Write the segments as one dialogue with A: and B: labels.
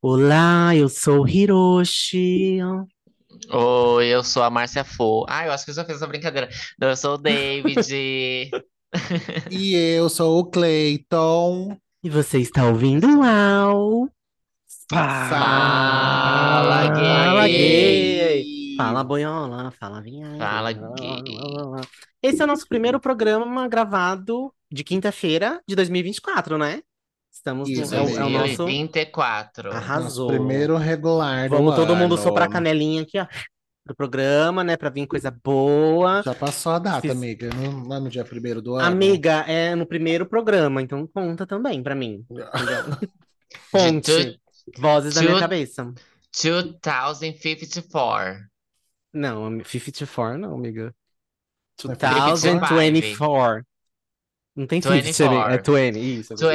A: Olá, eu sou o Hiroshi.
B: Oi, eu sou a Márcia Fo. Ah, eu acho que eu já fiz essa brincadeira. Não, eu sou o David.
C: E eu sou o Clayton.
A: E você está ouvindo o Au.
B: Fala, gay.
A: Fala, gay. Fala, boiola. Fala, vinheta.
B: Fala, gay.
A: Esse é o nosso primeiro programa gravado de quinta-feira de 2024, né? Estamos no-
C: Isso,
A: é, o, é o nosso...
B: 2024.
A: Arrasou.
C: Primeiro regular do
A: Vamos todo mundo
C: ano.
A: soprar a canelinha aqui, ó. Pro programa, né? Pra vir coisa boa.
C: Já passou a data,
A: Fiz-
C: amiga. Não, não é no dia primeiro do ano.
A: Amiga, é no primeiro programa, então conta também pra mim. Ponte.
B: De
A: Vozes da minha
B: Tio-
A: cabeça.
B: two- 2054.
A: Não, ami- 54 não, amiga.
C: Vai
A: 2024. Não tem 50,
B: 24.
A: é 20, isso.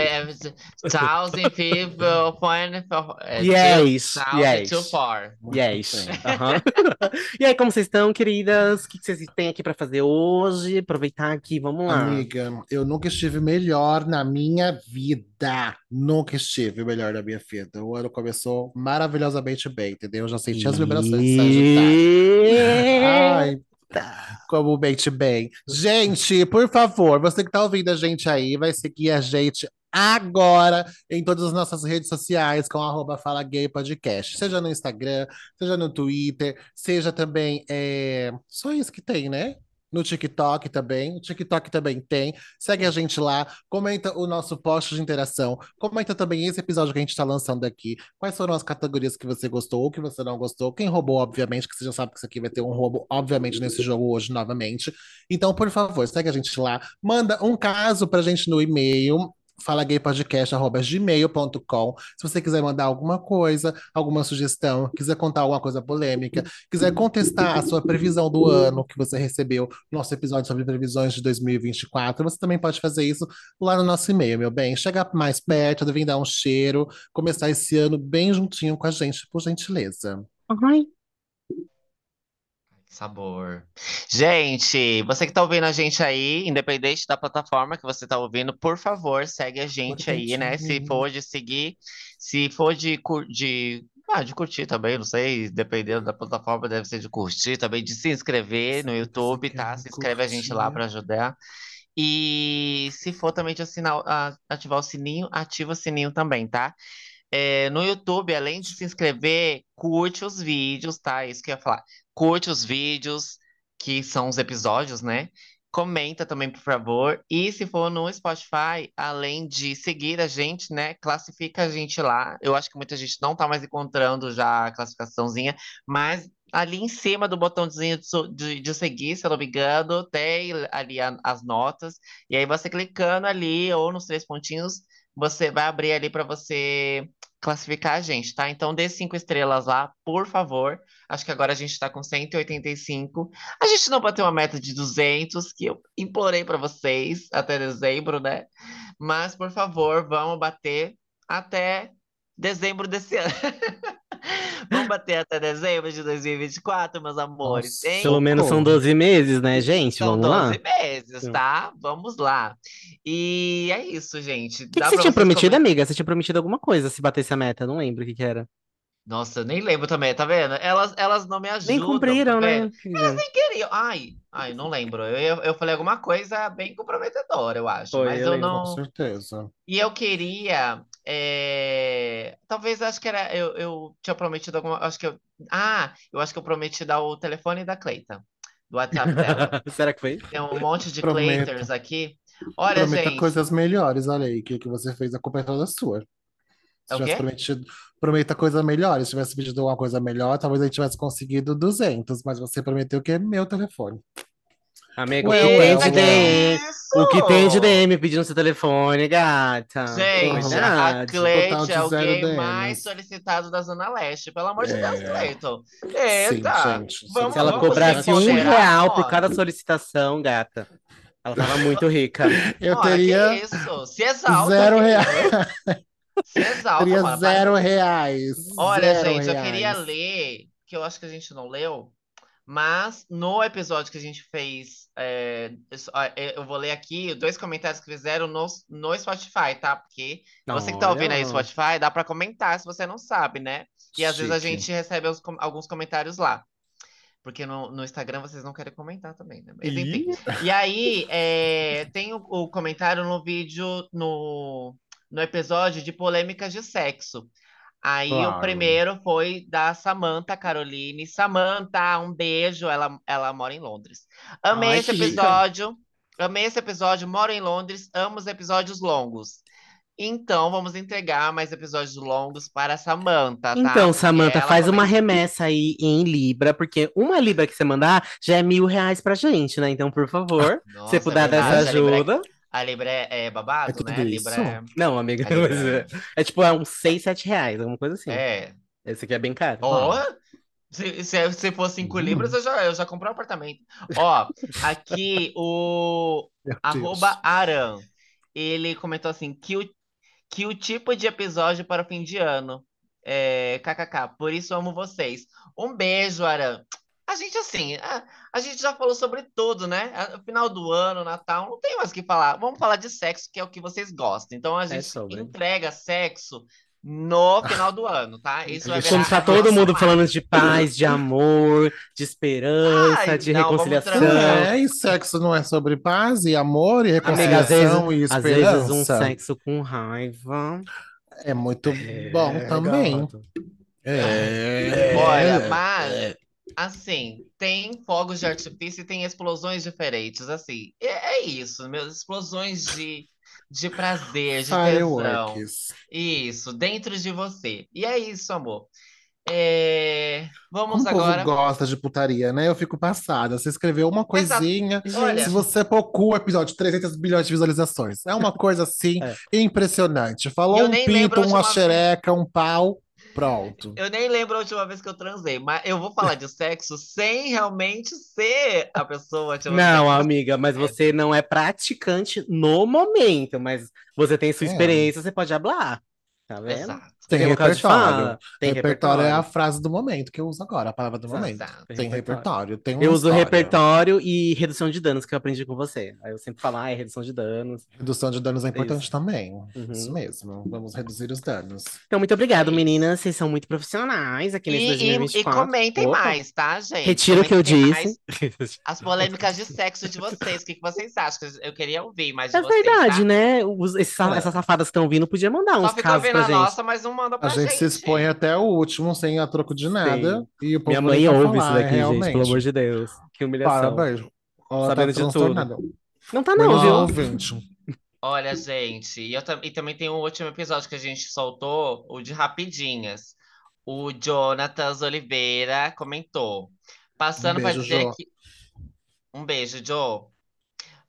B: 2054.
C: é
A: Yes, yes.
B: 2024.
C: Muito
A: Yes.
C: bem.
A: é Aham. e aí, como vocês estão, queridas? O que que vocês têm aqui pra fazer hoje? Aproveitar aqui, vamos lá.
C: Amiga, eu nunca estive melhor na minha vida. Nunca estive melhor na minha vida. O ano começou maravilhosamente bem, entendeu? Eu já senti as vibrações Tá. de Sagitário. Ai, como mente bem. Gente, por favor, você que tá ouvindo a gente aí, vai seguir a gente agora em todas as nossas redes sociais com arroba Fala Gay Podcast. Seja no Instagram, seja no Twitter, seja também. É... Só isso que tem, né? No TikTok também, o TikTok também tem. Segue a gente lá, comenta o nosso post de interação, comenta também esse episódio que a gente está lançando aqui. Quais foram as categorias que você gostou ou que você não gostou? Quem roubou, obviamente, que você já sabe que isso aqui vai ter um roubo, obviamente, nesse jogo hoje novamente. Então, por favor, segue a gente lá, manda um caso pra gente no e-mail. Falagaypodcast.gmail.com Se você quiser mandar alguma coisa, alguma sugestão, quiser contar alguma coisa polêmica, quiser contestar a sua previsão do ano que você recebeu, nosso episódio sobre previsões de 2024, você também pode fazer isso lá no nosso e-mail, meu bem. Chega mais perto, vem dar um cheiro, começar esse ano bem juntinho com a gente, por gentileza.
A: Ai,
B: Que Sabor. Gente, você que tá ouvindo a gente aí, independente da plataforma que você tá ouvindo, por favor, segue a gente aí, né? Se
C: Importantinho.
B: for de seguir, se for de, cur- de, ah, de curtir também, não sei, dependendo da plataforma, deve ser de curtir também, de se inscrever no
C: Se
B: YouTube,
C: você
B: tá?
C: quer
B: Se inscreve a gente lá
C: curtir.
B: para ajudar. E se for também de assinar, a- ativar o sininho, ativa o sininho também, tá? É, no YouTube, além de se inscrever, curte os vídeos, tá? Isso que eu ia falar. Curte os vídeos, que são os episódios, né? Comenta também, por favor. E se for no Spotify, além de seguir a gente, né? Classifica a gente lá. Eu acho que muita gente não tá mais encontrando já a classificaçãozinha, mas ali em cima do botãozinho de, su- de- de seguir, se eu não me engano, tem ali a- as notas. E aí você clicando ali, ou nos três pontinhos, você vai abrir ali para você classificar a gente, tá? Então dê cinco estrelas lá, por favor. Acho que agora a gente tá com 185. A gente não bateu uma meta de 200, que eu implorei pra vocês até dezembro, né? Mas, por favor, vamos bater até dezembro desse ano. vamos bater até dezembro de 2024, meus amores,
C: Nossa,
B: hein?
A: pelo menos são 12 meses, né, gente?
B: São
A: vamos lá. Então.
B: 12 Então, meses, tá? Vamos lá. E é isso, gente.
A: O que, que você tinha prometido, amiga? Você tinha prometido alguma coisa se batesse a meta, não lembro o que, que era.
B: Nossa, eu nem lembro também, tá vendo? Elas, elas não me ajudam.
A: Nem cumpriram,
B: tá
A: né?
B: vendo? Elas nem queriam. Ai, ai, não lembro. Eu, eu falei alguma coisa bem comprometedora, eu acho.
A: Foi,
B: mas
A: eu
B: eu,
A: lembro.
B: não.
C: Com certeza.
B: E eu queria. é, Talvez acho que era. Eu, eu tinha prometido alguma. Acho que eu. Ah, eu acho que eu prometi dar o telefone da Cleita. Do WhatsApp dela.
A: Será que foi?
B: Tem um monte de
C: Prometa.
B: Cleiters aqui. Olha,
C: Prometa
B: gente.
C: coisas melhores, olha aí, que o que você fez, a culpa é toda sua.
B: É
C: Se
B: o
C: tivesse
B: quê?
C: prometido, prometa coisa melhor, se tivesse pedido alguma coisa melhor, talvez a gente tivesse conseguido 200, mas você prometeu que é meu telefone.
A: Amiga, É o que
C: Well,
A: tem
C: well,
A: de
B: Eita, que
A: DM?
B: isso?
A: O que tem de DM pedindo seu telefone, gata?
B: Gente, a
A: Verdade.
C: Total
B: Cleite
C: de
B: é o
C: zero
B: gay
C: DMs.
B: mais solicitado da Zona Leste. Pelo amor de
C: É.
B: Deus, Cleiton.
C: Sim,
B: Eita! É,
C: gente.
B: tá. Vamos-
A: Se ela
B: vamos
A: cobrasse um
B: considerar
A: real por
B: agora.
A: cada solicitação, gata, ela tava muito rica.
C: Eu
B: Ora, que
C: teria
B: isso? Se exalta.
C: zero
B: gente.
C: reais.
B: Se exalta,
C: Teria
B: mano.
C: zero reais.
B: Olha,
C: Zero
B: gente, eu queria
C: reais.
B: ler, que eu acho que a gente não leu, Mas no episódio que a gente fez, é, eu só- é, eu vou ler aqui dois comentários que fizeram no, no Spotify, tá? Porque você que tá ouvindo aí
C: Olha.
B: no Spotify, dá pra comentar se você não sabe, né? E às vezes a
C: Chique.
B: gente recebe os com- alguns comentários lá. Porque no, no Instagram vocês não querem comentar também, né? Mas enfim.
C: Ih,
B: E aí, é, tem o, o comentário no vídeo, no, no episódio de polêmicas de sexo. Aí o
C: Claro.
B: primeiro foi da Samantha Caroline. Samantha, um beijo. Ela, ela mora em Londres. Amei
C: Ai,
B: esse
C: que rica.
B: episódio. Amei esse episódio. Moro em Londres. Amo os episódios longos. Então, vamos entregar mais episódios longos para a Samantha, tá?
A: Então,
B: Porque
A: Samantha,
B: ela
A: faz uma
B: também-
A: remessa aí em Libra, porque uma Libra que você mandar já é mil reais pra gente, né? Então, por favor, se
B: Nossa,
A: você
B: é
A: puder dar
B: verdade,
A: essa
B: a Libra é-
A: ajuda.
B: A Libra é, é babado,
C: É tudo
B: né? A Libra
C: isso?
B: é-
A: Não, amiga,
B: A Libra
A: mas é, é tipo é uns seis, sete reais, alguma coisa assim.
B: é.
A: Esse aqui é bem caro.
B: Ó, se, se, se for 5
C: Hum.
B: libras, eu já, eu já comprei um apartamento. Ó, aqui o
C: meu Deus.
B: arroba Aran, ele comentou assim, que o, que o tipo de episódio para o fim de ano, é, kkk, por isso amo vocês. Um beijo, Aran. A gente, assim, a, a gente já falou sobre tudo, né? A- o Final do ano, Natal, não tem mais o que falar. Vamos falar de sexo, que é o que vocês gostam. Então a gente
A: É sobre.
B: entrega sexo no final do ano, tá? Isso vai
A: Como
B: virar
A: tá
B: a
A: todo
B: nossa
A: mundo
B: marca.
A: falando de paz, de amor, de esperança,
B: Ai,
A: de
B: não, vamos
A: reconciliação.
B: transar. né?
C: É, e sexo não é sobre paz e amor e
A: Amiga, às
C: reconciliação e
A: Às vezes um
C: esperança.
A: sexo com raiva.
C: É muito
A: É,
C: bom também.
A: gato.
C: É.
B: Olha,
C: É.
B: mas assim, tem fogos de artifício e tem explosões diferentes, assim. É, é isso, meus explosões de, de prazer, de tesão.
C: Ah, Fireworks.
B: Isso, dentro de você. E é isso, amor. É, Vamos
C: Como o Um povo
B: agora.
C: gosta de putaria, né? Eu fico passada. Você escreveu uma coisinha,
B: Olha,
C: se você procura o episódio, 300 bilhões de visualizações. É uma coisa assim
A: É.
C: impressionante. Falou
B: Eu
C: um
B: nem lembro
C: pinto,
B: a
C: uma
B: última
C: xereca, um pau, pronto.
B: eu nem lembro a última vez que eu transei, mas eu vou falar de sexo sem realmente ser a pessoa. tipo,
A: Não,
B: sexo-
A: amiga, mas você não é praticante no momento, mas você tem sua
C: É.
A: experiência, você pode hablar. Tá vendo?
B: Exato.
C: Tem
A: um local de
C: repertório.
A: fala, Tem
C: repertório é a
A: repertório.
C: frase do momento que eu uso agora, a palavra do
A: Exato.
C: momento.
B: exato.
A: Tem
C: Tem
A: repertório.
C: repertório, tem uma
A: Eu uso
C: história.
A: repertório e redução de danos que eu aprendi com você. Aí eu sempre falo, ah, é redução de danos.
C: Redução de danos é importante
A: Isso.
C: também.
A: Uhum.
C: Isso mesmo. Vamos reduzir os danos.
A: Então, muito obrigado, meninas. Vocês são muito profissionais aqui
B: E,
A: nesse
B: e, e
A: 2024.
B: comentem
A: Opa.
B: mais, tá, gente?
A: Retiro o que eu
B: Comentem
A: disse.
B: mais As polêmicas de sexo de vocês, o que, que vocês acham? Eu queria ouvir mais de
A: É
B: vocês,
A: verdade,
B: tá?
A: né? Os- esses sa-
C: É.
A: Essas safadas que estão vindo podiam mandar uns
B: Só fica
A: casos
B: ouvindo
A: pra
B: a
A: gente.
B: nossa, mas não manda
C: A
B: pra
C: gente se expõe até o último, sem a troco de nada. E o
A: Minha
C: povo nem
A: mãe
C: quer
A: ouve
C: falar,
A: isso daqui, gente,
C: realmente.
A: pelo amor de Deus. Que humilhação.
C: Parabéns. Ela
A: Sabendo
C: tá
A: de tudo.
C: transtornada.
A: Não tá
C: Mãe
A: não,
C: é
A: viu?
C: ouvinte.
B: Olha, gente, e, eu tam- e também tem um último episódio que a gente soltou, o de Rapidinhas. O Jonatas Oliveira comentou. Passando
C: Um
B: para
C: beijo,
B: dizer
C: Jô.
B: que. Um beijo, Joe.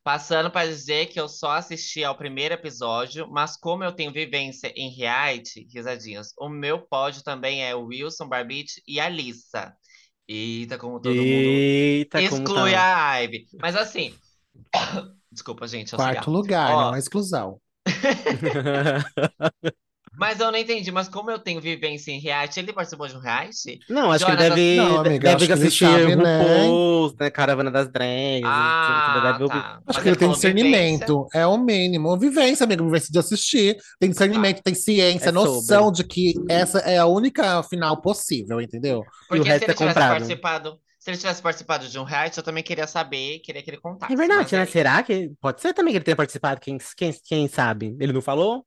B: Passando para dizer que eu só assisti ao primeiro episódio, mas como eu tenho vivência em reality, risadinhas, o meu pódio também é o Wilson Barbite e a Alissa. Eita, como todo mundo
A: Eita, como
B: exclui
A: tá.
B: a Ivy. Mas assim, desculpa, gente, é o
C: Quarto
B: cigarro.
C: lugar,
B: Ó.
C: não é exclusão.
B: Mas eu não entendi, mas como eu tenho vivência em reality, ele participou de um reality?
A: Não, acho que
B: Jonas,
A: deve,
C: Não, amiga,
A: deve
C: acho que ele
A: assistir
C: sabe, né?
A: RuPaul's, né? Caravana das Drags.
B: Ah,
A: deve-
B: tá. Mas
C: Acho que ele tem
B: falou vivência.
C: discernimento, é o mínimo. Vivência, amigo, vivência de assistir. Tem discernimento, tem ciência,
A: É
C: noção de que essa é a única final possível, entendeu?
A: E o
B: Porque se
A: resto
B: ele
A: é
B: tivesse
A: comprado.
B: participado, se ele tivesse participado de um reality, eu também queria saber, queria que ele contasse.
A: É verdade,
B: mas
A: né?
B: aí-
A: Será que... Pode ser também que ele tenha participado, quem, quem, quem sabe? Ele não falou?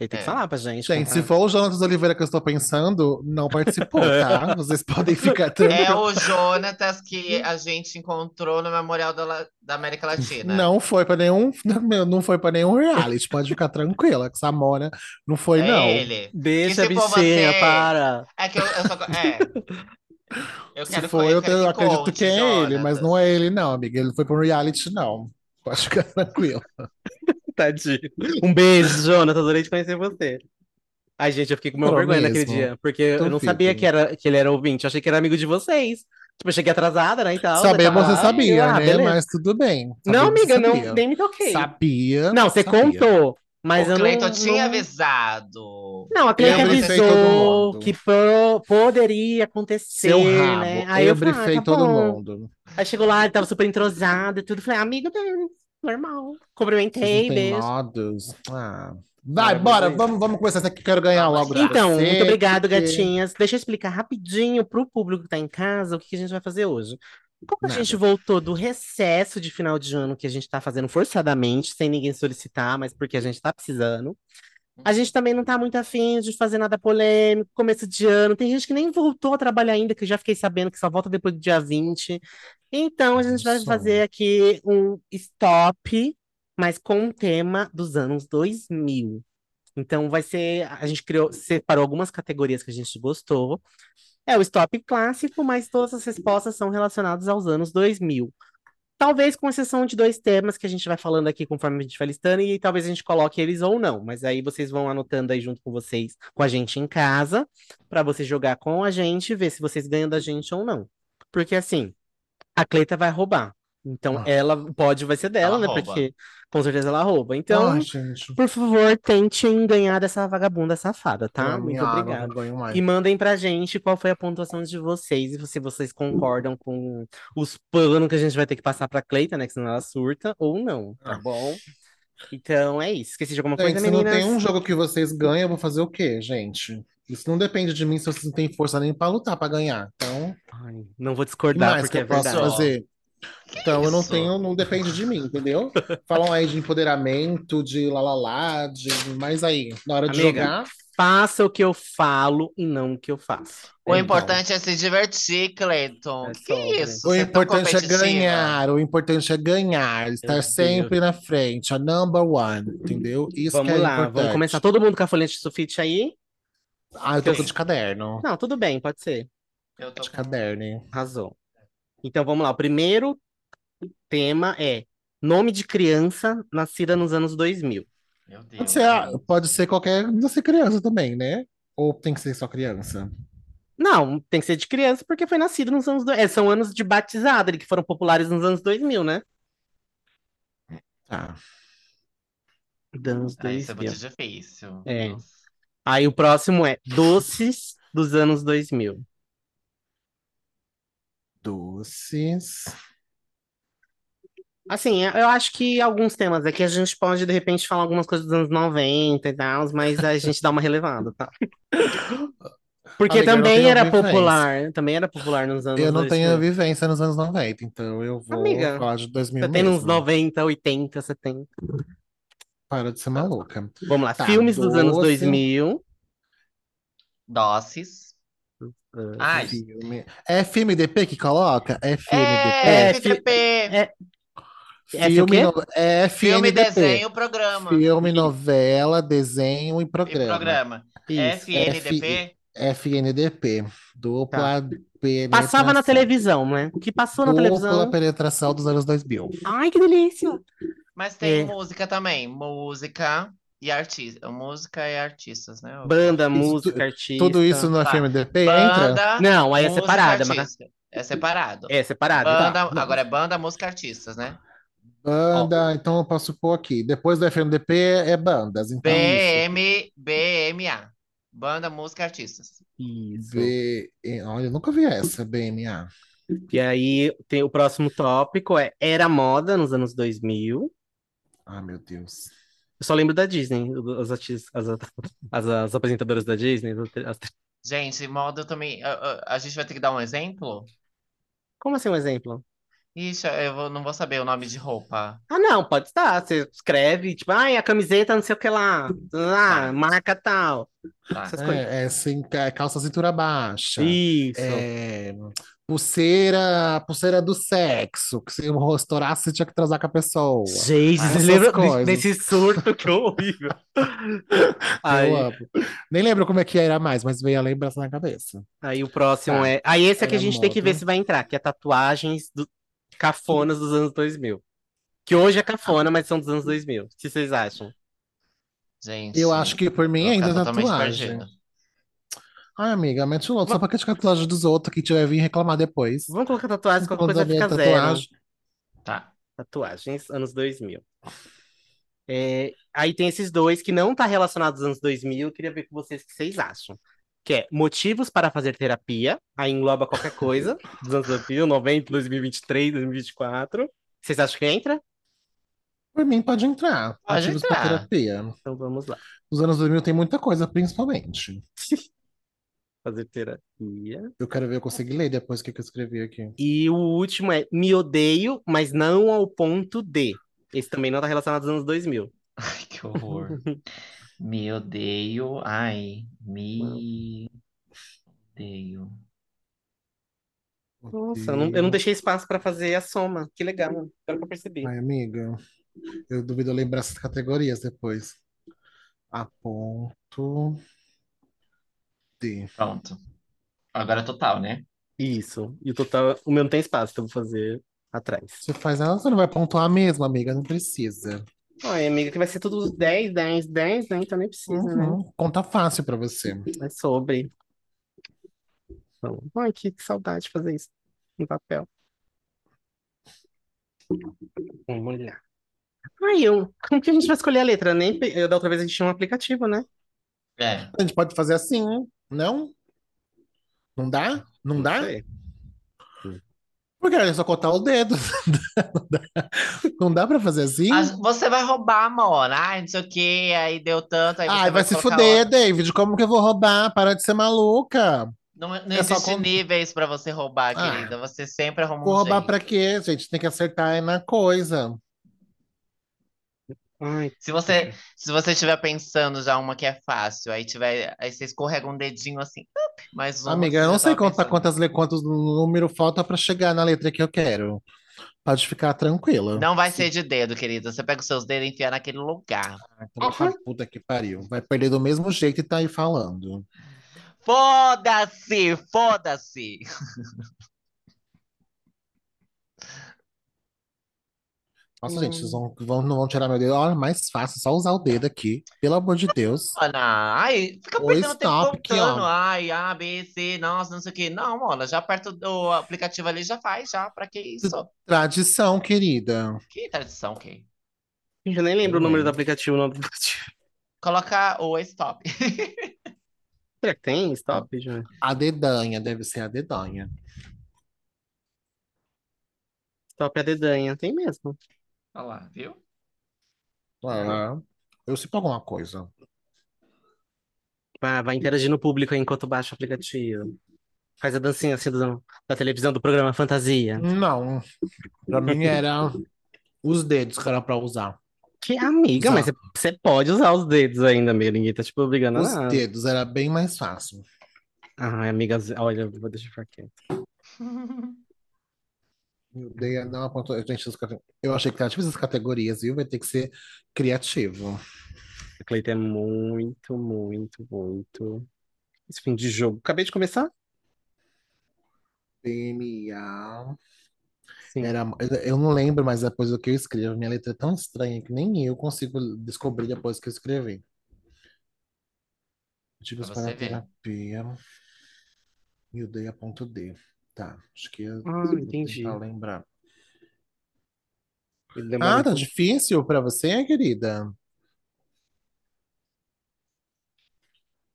A: Ele tem que
B: É.
A: falar pra gente.
C: Gente, se
A: contar.
C: for o Jonas Oliveira que eu estou pensando, não participou, tá? Vocês podem ficar
B: É
C: tranquilos.
B: o Jonatas que a gente encontrou no Memorial da, La- da América Latina.
C: Não foi pra nenhum, não foi para nenhum reality. Pode ficar tranquila, que Samora não foi,
B: é
C: não.
B: ele.
A: Deixa a
B: E se for
A: bichinha,
B: você?
A: para.
B: É que eu, eu só. É. Eu
C: Se
B: quero,
C: for,
B: eu
C: eu,
B: quero
C: eu
B: que
C: acredito
B: conte,
C: que é ele,
B: Jonatas.
C: mas não é ele, não, amiga. Ele não foi pra um reality, não. Pode ficar tranquilo.
A: Tadinho. Um beijo, Jonathan. Adorei te conhecer você. Ai, gente, eu fiquei com uma
C: Pro
A: vergonha naquele
C: mesmo.
A: dia, porque eu
C: Então
A: não sabia
C: fica.
A: que, era, que ele era ouvinte, eu achei que era amigo de vocês. Tipo, eu cheguei atrasada, né, e tal. daí
C: Saber
A: tava
C: você
A: lá, e eu,
C: sabia,
A: ah,
C: né?
A: beleza.
C: Mas tudo bem.
A: Não,
C: Sabia,
A: amiga, não,
C: sabia.
A: nem me toquei.
C: Sabia.
A: Não, você
C: sabia.
A: contou. Mas
B: o
A: eu não-
B: Cleiton
A: não,
B: tinha avisado.
A: Não, a Cleiton
B: Eu
C: brifei todo
A: avisou
C: mundo.
A: que po- poderia acontecer,
C: Seu rabo.
A: né?
C: eu,
A: Aí eu falei, ah,
C: brifei
A: tá
C: todo
A: bom.
C: mundo.
A: Aí chegou lá, ele tava super entrosado e tudo. Falei, amigo dele, normal.
C: Vocês
A: Cumprimentei,
C: não têm
A: beijo.
C: modos. Ah. Vai,
A: Ah,
C: bora,
A: mas é-
C: vamos, vamos começar essa que eu quero ganhar logo da
A: Então, muito
C: cacete.
A: obrigado, gatinhas. Deixa eu explicar rapidinho pro público que tá em casa o que que a gente vai fazer hoje. Como a
C: Nada.
A: gente voltou do recesso de final de ano que a gente tá fazendo forçadamente, sem ninguém solicitar, mas porque a gente tá precisando. A gente também não tá muito afim de fazer nada polêmico, começo de ano. Tem gente que nem voltou a trabalhar ainda, que eu já fiquei sabendo que só volta depois do dia 20. Então, a gente vai
C: Isso.
A: fazer aqui um stop, mas com o tema dos anos 2000. Então, vai ser. A gente criou, separou algumas categorias que a gente gostou. É o stop clássico, mas todas as respostas são relacionadas aos anos 2000. Talvez com exceção de dois temas que a gente vai falando aqui conforme a gente vai listando, e talvez a gente coloque eles ou não, mas aí vocês vão anotando aí junto com vocês, com a gente em casa, pra você jogar com a gente e ver se vocês ganham da gente ou não. Porque assim, a Cleita vai roubar. Então
C: Ah.
A: ela pode vai ser dela,
B: Ela
A: né?
B: rouba.
A: Porque com certeza ela rouba. Então,
C: Ai, gente.
A: por favor, tentem ganhar dessa vagabunda safada, tá?
C: Ah,
A: Muito
C: não
A: obrigado.
C: ganho mais.
A: E mandem pra gente qual foi a pontuação de vocês e se vocês concordam com os panos que a gente vai ter que passar pra Cleita, né? Que senão ela surta, ou não, tá
C: Ah.
A: bom? Então é isso. Esqueci de alguma
C: Gente,
A: coisa,
C: se não tem um
A: meninas?
C: jogo que vocês ganham, eu vou fazer o quê, gente? Isso não depende de mim se vocês não têm força nem pra lutar, pra ganhar. Então,
A: Ai, não vou
C: o que
A: discordar
C: mais
A: porque
C: que
A: é
C: eu posso
A: verdade.
C: fazer? Então, eu não
B: isso?
C: tenho, não depende de mim, entendeu? Falam aí de empoderamento, de lalalá, de. Mas aí, na hora de
A: Amiga,
C: jogar.
A: Faça o que eu falo e não o que eu faço.
B: O
C: Então.
B: importante é se divertir, Cleiton.
A: É
B: que
A: sobre.
B: isso?
C: O
B: Você é
A: tá
B: tão
C: importante é
B: competitiva.
C: ganhar, o importante é ganhar, estar
A: Deus.
C: sempre na frente, a number one, entendeu? Isso que
A: Vamos
C: é
A: lá, vamos
C: importante.
A: começar todo mundo com a folha de sulfite aí?
C: Ah, eu tô com de caderno.
A: Não, tudo bem, pode ser.
B: Eu tô
C: De
B: com...
C: caderno. hein?
A: Arrasou. Então vamos lá. O primeiro tema é nome de criança nascida nos anos 2000.
B: Meu Deus. Ah,
C: Pode ser, a-
B: gente.
C: pode ser qualquer. Não ser criança também, né? Ou tem que ser só criança?
A: Não, tem que ser de criança porque foi nascido nos anos. do- É, são anos de batizado, ali, que foram populares nos anos 2000, né?
C: Tá.
A: Dos anos
B: Ah, isso é
A: 2000.
B: muito difícil.
A: É.
B: Nossa.
A: Aí o próximo é doces dos anos 2000.
C: Doces.
A: Assim, eu eu acho que alguns temas aqui a gente pode, de repente, falar algumas coisas dos anos 90 e tal, mas a gente dá uma relevada, tá? Porque
C: Amiga, eu não
A: também
C: tenho
A: era
C: vivência.
A: popular, também era popular nos anos
C: Eu não
A: 2000.
C: tenho vivência nos anos 90, então eu vou
A: Amiga,
C: falar de 2000
A: Você tem Tá uns
C: mesmo.
A: 90, 80, 70.
C: Para de ser maluca.
A: Vamos lá,
C: Tá,
A: filmes dos anos
C: doce.
A: 2000.
B: Doces.
C: Ah,
B: Ai.
C: Filme. É filme DP que coloca? É filme
B: É,
C: DP.
A: É,
B: FDP.
A: F o é quê?
C: Filme, no- é
B: Filme,
C: FNDP.
B: desenho, programa.
C: Filme, novela, desenho e
B: E
C: programa.
B: programa.
A: Isso.
B: FNDP.
C: FNDP. Dupla penetração.
A: Tá. Passava na televisão, né? O que passou na
C: Dupla
A: televisão.
C: penetração dos anos 2000.
A: Ai, que delícia!
B: Mas tem
A: É.
B: música também. Música e artista. Música e artistas, né?
A: Banda,
C: Isso,
A: música, artista.
C: Tudo isso no
B: tá.
C: FNDP entra?
B: Banda,
A: Não, aí é
B: música,
A: separada, mas
B: artista. É separado.
A: é separado.
C: Tá,
B: Banda,
C: não.
B: agora é banda, música, artistas, né?
C: Banda, então eu posso pôr aqui. Depois do FNDP é bandas, então
A: É.
C: isso.
B: BM, BMA. Banda, música, artistas.
A: Isso.
C: B... Olha, eu nunca vi essa, BMA.
A: E aí tem o próximo tópico é Era Moda nos anos 2000.
C: Ah, meu Deus.
A: Eu só lembro da Disney, as, artistas, as, as, as apresentadoras da Disney. as- as-
B: Gente, moda eu também. A, a- a gente vai ter que dar um exemplo?
A: Como assim um exemplo?
B: Ixi, eu vou- não vou saber o nome de roupa.
A: Ah, não, pode estar. Você escreve, tipo, ai, a camiseta, não sei o que lá, ah,
B: Tá.
A: marca tal.
B: Tá.
A: Essas coisas.
C: É, é sem- é calça cintura baixa.
A: Isso.
C: Tá. É, pulseira, pulseira do sexo, que se estourar, você tinha que transar com a pessoa.
A: Gente,
C: Ah, Essas
A: vocês lembram de-
C: coisas.
A: desse surto que horrível. Aí,
C: Eu amo. Nem lembro como é que era mais, mas veio a lembrança na cabeça.
A: aí o próximo
C: Tá.
A: é. Aí esse aqui a
C: Era
A: gente tem que ver
C: moda.
A: se vai entrar, que é tatuagens do... cafonas dos anos 2000. Que hoje é cafona, mas são dos anos 2000. O que vocês acham?
B: Gente.
C: Eu acho que por mim
B: vou ficar
C: ainda é
B: totalmente
C: tatuagem.
B: perdida.
C: Ai, amiga, mete um louco, só pra criticar a tatuagem dos outros que tiver vir reclamar depois.
A: Vamos colocar tatuagens, qualquer
C: Quando
A: coisa
C: a minha
A: fica zero.
C: tatuagem-
B: Tá.
A: Tatuagens, anos 2000. É, aí tem esses dois que não tá relacionado aos anos 2000. Eu queria ver com vocês o que vocês acham. Que é motivos para fazer terapia. Aí engloba qualquer coisa dos anos 2000, 90, 2023, 2024. Vocês acham que entra?
C: Por mim, pode entrar.
B: Pode
C: Ativos pra
B: entrar.
C: terapia.
A: Então vamos lá.
C: Nos anos 2000 tem muita coisa, principalmente.
A: Fazer terapia.
C: Eu quero ver, eu consegui ler depois o que que eu escrevi aqui.
A: E o último é me odeio, mas não ao ponto de. Esse também não tá relacionado aos anos 2000.
B: Ai, que horror. Me odeio. Ai, me odeio.
A: Nossa, eu não, eu não deixei espaço pra fazer a soma. Que legal, agora que eu percebi.
C: Ai, amiga, eu duvido eu lembrar essas categorias depois. A ponto de.
B: Pronto. Agora é total, né?
A: Isso. E o total, o meu não tem espaço, então eu vou fazer atrás.
C: Você faz ela, você não vai pontuar mesmo, amiga, não precisa.
A: Ai, amiga, que vai ser tudo 10, 10, 10, né? Então nem precisa, né?
C: Uhum, Conta fácil pra você.
A: É sobre. Então, ai, que saudade de fazer isso em papel. Vamos olhar. Ai, eu, como que a gente vai escolher a letra? Nem, pe- da outra vez a gente tinha um aplicativo, né?
B: É.
C: A gente pode fazer assim, não? Não dá? Não dá?
A: sei.
C: Porque era só contar os dedos. Não dá, não dá pra fazer assim?
B: Mas você vai roubar, mano. Ai, não sei o quê. Aí deu tanto. Aí você
C: Ai, vai se
B: colocar
C: fuder,
B: outra.
C: David. Como que eu vou roubar? Para de ser maluca.
B: Não, não
C: É só
B: existe
C: como-
B: níveis pra você roubar,
C: Ah.
B: querida. Você sempre arruma
C: Vou
B: um
C: roubar
B: jeito.
C: pra quê, gente? Tem que acertar aí na coisa.
A: Ai,
B: Se você, se você estiver pensando já uma que é fácil, aí tiver, aí você escorrega um dedinho assim, up, mais uma.
C: Amiga,
B: que
C: eu
B: você
C: não
B: já
C: sei tá
B: tava
C: quantas,
B: pensando.
C: quantas le- quantos números falta pra chegar na letra que eu quero. Pode ficar tranquila.
B: Não vai ser de dedo, querida. Você pega os seus dedos e enfia naquele lugar. Uhum.
C: Então, tá puta que pariu. Vai perder do mesmo jeito e tá aí falando.
B: Foda-se, foda-se.
C: Nossa,
A: Não.
C: gente, vocês vão, vão- não vão tirar meu dedo. Olha, mais fácil, só usar o dedo aqui. Pelo amor de Deus.
B: Mona, ai, fica
C: O
B: perdendo tempo
C: stop aqui, ó.
B: contando. Ai, A, B, C, nossa, não sei o que. Não, Mona, já aperta o o aplicativo ali, já faz, já. Pra que isso?
C: Tradição, querida.
B: Que tradição, que?
A: gente, eu nem lembro o
C: Não
A: número do
C: lembro.
A: aplicativo, o nome do aplicativo.
B: Coloca o stop.
A: Será que tem? Stop, Júnior.
C: A dedanha, deve ser a dedanha.
A: Stop é a dedanha. Tem mesmo.
B: Olha lá, viu?
C: Ah, eu sinto alguma coisa.
A: Vai, vai interagindo o público aí enquanto baixa o aplicativo. Faz a dancinha assim do- da televisão do programa Fantasia.
C: Não, pra mim era os dedos que era pra usar.
A: Que amiga, mas
C: Usar.
A: você pode usar os dedos ainda, amiga. Ninguém tá, tipo, obrigando a
C: Os
A: nada.
C: dedos era bem mais fácil.
A: Ai, amiga, olha, eu vou deixar quieto.
C: Eu dei a dar uma pontua- Gente, as cate- eu achei que era tipo essas categorias, viu? Vai ter que ser criativo.
A: A Cleiton é muito, muito, muito. Esse fim de jogo. Acabei de começar?
C: PMA.
A: Sim.
C: Era, eu não lembro mais depois do que eu escrevo. Minha letra é tão estranha que nem eu consigo descobrir depois que eu escrevi. Motivos
B: Pra
C: para
B: você
C: a
B: ver.
C: terapia. Me dei a ponto D. Tá, acho que eu
A: Ah,
C: vou
A: entendi.
C: tentar lembrar.
A: Ele demora
C: Ah,
A: um
C: tá
A: pouco.
C: difícil pra você, querida?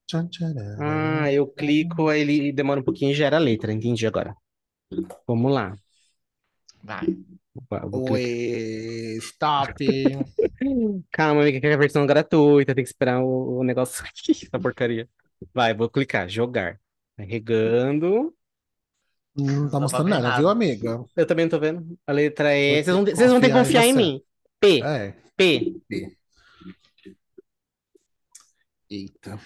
C: Tchan, tcharam.
A: Ah, eu clico, aí ele demora um pouquinho e gera a letra. Entendi agora. Vamos lá.
B: Vai.
A: Vou- vou clicar.
C: Oi, stop.
A: Calma, amiga, que é a versão gratuita, tem que esperar o, o negócio aqui, essa porcaria. Vai, vou clicar, jogar. Carregando.
C: Não tá
B: Não dá pra
C: mostrando
B: ver
C: nada, viu,
B: nada.
C: amiga?
A: Eu também não tô vendo. A letra é. Vocês
C: Vou
A: vão,
C: ter que
A: vocês vão ter que
C: confiar
A: confiar
C: em
A: em
C: você.
A: mim. P,
C: É.
A: P.
C: Eita.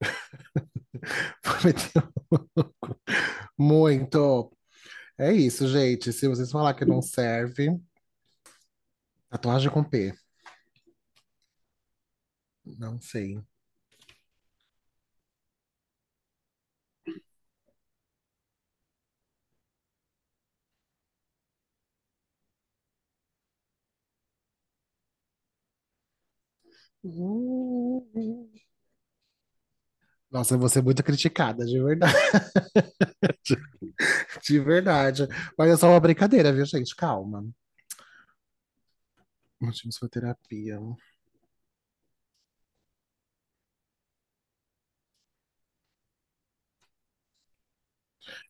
C: Vou meter o louco. Muito. É isso, gente. Se vocês falar que não serve, tatuagem com P. Não sei. Nossa, eu vou ser muito criticada, de verdade. De verdade. Mas é só uma brincadeira, viu, gente? Calma. Motivos para terapia.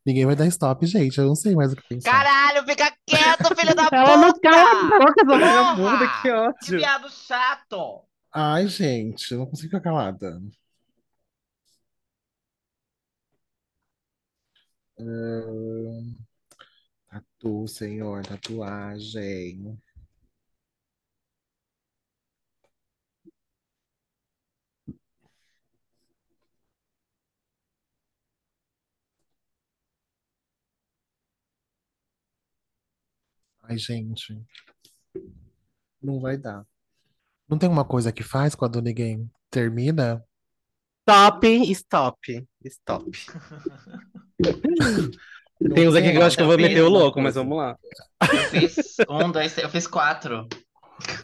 C: Ninguém vai dar stop, gente. Eu não sei mais o que pensar.
B: Caralho, fica quieto, filho da
A: Ela não cala a
B: puta!
A: boca, essa vagabunda,
B: Porra!
A: que
B: Que
A: ódio.
B: viado chato!
C: Ai, gente, eu não consigo ficar calada. Ahn, Ah, Tatu, senhor, tatuagem. Ai, gente, não vai dar. Não tem uma coisa que faz quando ninguém termina?
A: Stop, stop, stop. Tem uns aqui que eu acho que eu vou meter o louco, mas vamos lá.
B: Eu fiz um, dois, três, eu fiz quatro.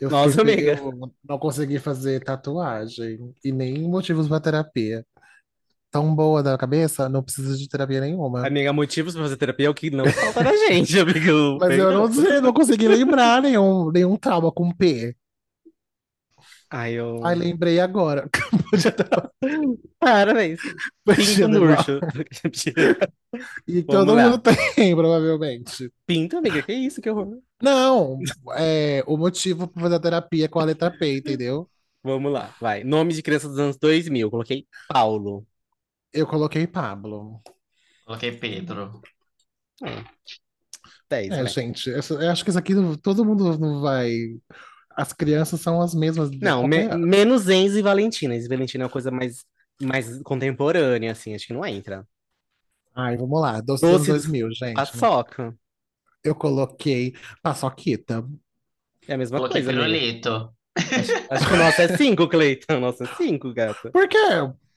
C: Eu
A: Nossa,
C: fiz porque
A: amiga.
C: eu não consegui fazer tatuagem e nem motivos para terapia. Tão boa da cabeça, não precisa de terapia nenhuma.
A: Amiga, motivos pra fazer terapia é o que não falta na gente, amiga.
C: Mas eu não sei, não consegui lembrar nenhum, nenhum trauma com P.
A: Ai, eu...
C: Ai, lembrei agora.
A: Parabéns. Pinto murcho.
C: E
A: Vamos
C: todo
A: lá.
C: mundo tem, provavelmente.
A: Pinto, amiga, que isso, que horror.
C: Não, é o motivo para fazer terapia é com a letra P, entendeu?
A: Vamos lá, vai. Nome de criança dos anos 2000, coloquei Paulo.
C: Eu coloquei Pablo.
B: Coloquei Pedro.
A: 10,
C: É,
A: né?
C: gente, essa- eu acho que isso aqui não- todo mundo não vai. As crianças são as mesmas de
A: Não, me-
C: é qualquer ano.
A: menos Enzo e Valentina. Enzo e Valentina é uma coisa mais, mais contemporânea, assim, acho que não entra.
C: Ai, vamos lá.
A: Doce
C: Doce dos anos
A: dos-
C: 2000, gente.
A: Ah, Paçoca.
C: Eu coloquei paçoquita.
A: É a mesma
B: Coloquei
A: coisa, amiga.
B: pirulito.
A: Acho que o nosso é 5, Cleiton. O nosso é 5, gata.
C: Por quê?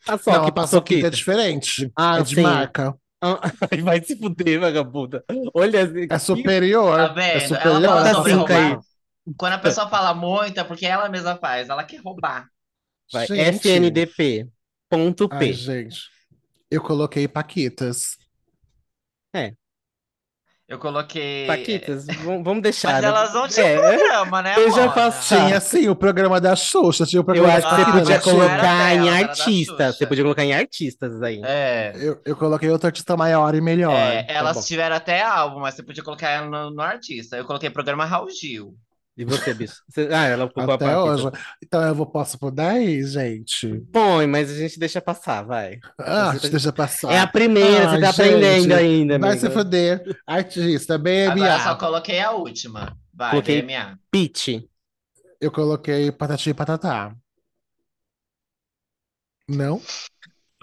A: Paçoca
C: Não,
A: e
C: a paçoquita é
A: paçoquita.
C: diferente.
A: Ah,
C: É de
A: sim.
C: marca.
A: Ah, ai, vai se fuder, vagabunda. Olha,
C: É
A: que-
B: Tá
A: ah,
C: superior. É
B: vendo? Ela
C: superior.
B: fala
A: Tá
B: sobre
A: cinco aí.
B: roubar. Quando a pessoa fala muito, é porque ela mesma faz. Ela quer roubar.
A: vai.
C: Gente.
A: FNDP. Ponto P.
C: Ai, gente. Eu coloquei paquitas.
B: Eu coloquei.
A: Paquitas, vam- vamos deixar.
B: Mas
A: né?
B: elas não tinham
A: É.
B: programa, né,
A: Eu já
B: Mona?
A: faço- Tá.
C: Tinha sim é assim, o programa da Xuxa, tinha o
A: Eu
C: programa
A: acho
C: da
A: que você
B: Ah,
A: podia
B: mas não era
A: colocar
B: dela,
A: em
B: era da
A: artistas. Você
B: Xuxa.
A: podia colocar em artistas aí.
B: É.
C: Eu, eu coloquei outro artista maior e melhor. Tá
B: É, elas
A: tá bom.
B: tiveram até álbum, mas você podia colocar ela no, no artista. Eu coloquei programa Raul Gil.
A: E você, bicho? Você- Ah, ela ocupou a
C: Até
A: Paquita.
C: hoje. Então eu vou, posso por 10, gente?
A: Põe, mas a gente deixa passar, vai.
C: Ah,
A: Você tá-
C: deixa passar.
A: É a primeira,
C: Ai,
A: você tá
C: gente,
A: aprendendo ainda,
C: Vai
A: amiga.
C: se fuder. Artista, BMA.
B: Agora eu só coloquei a última. Vai,
A: É Coloquei-
B: BMA.
A: Pitty.
C: Eu coloquei patati e patatá. Não?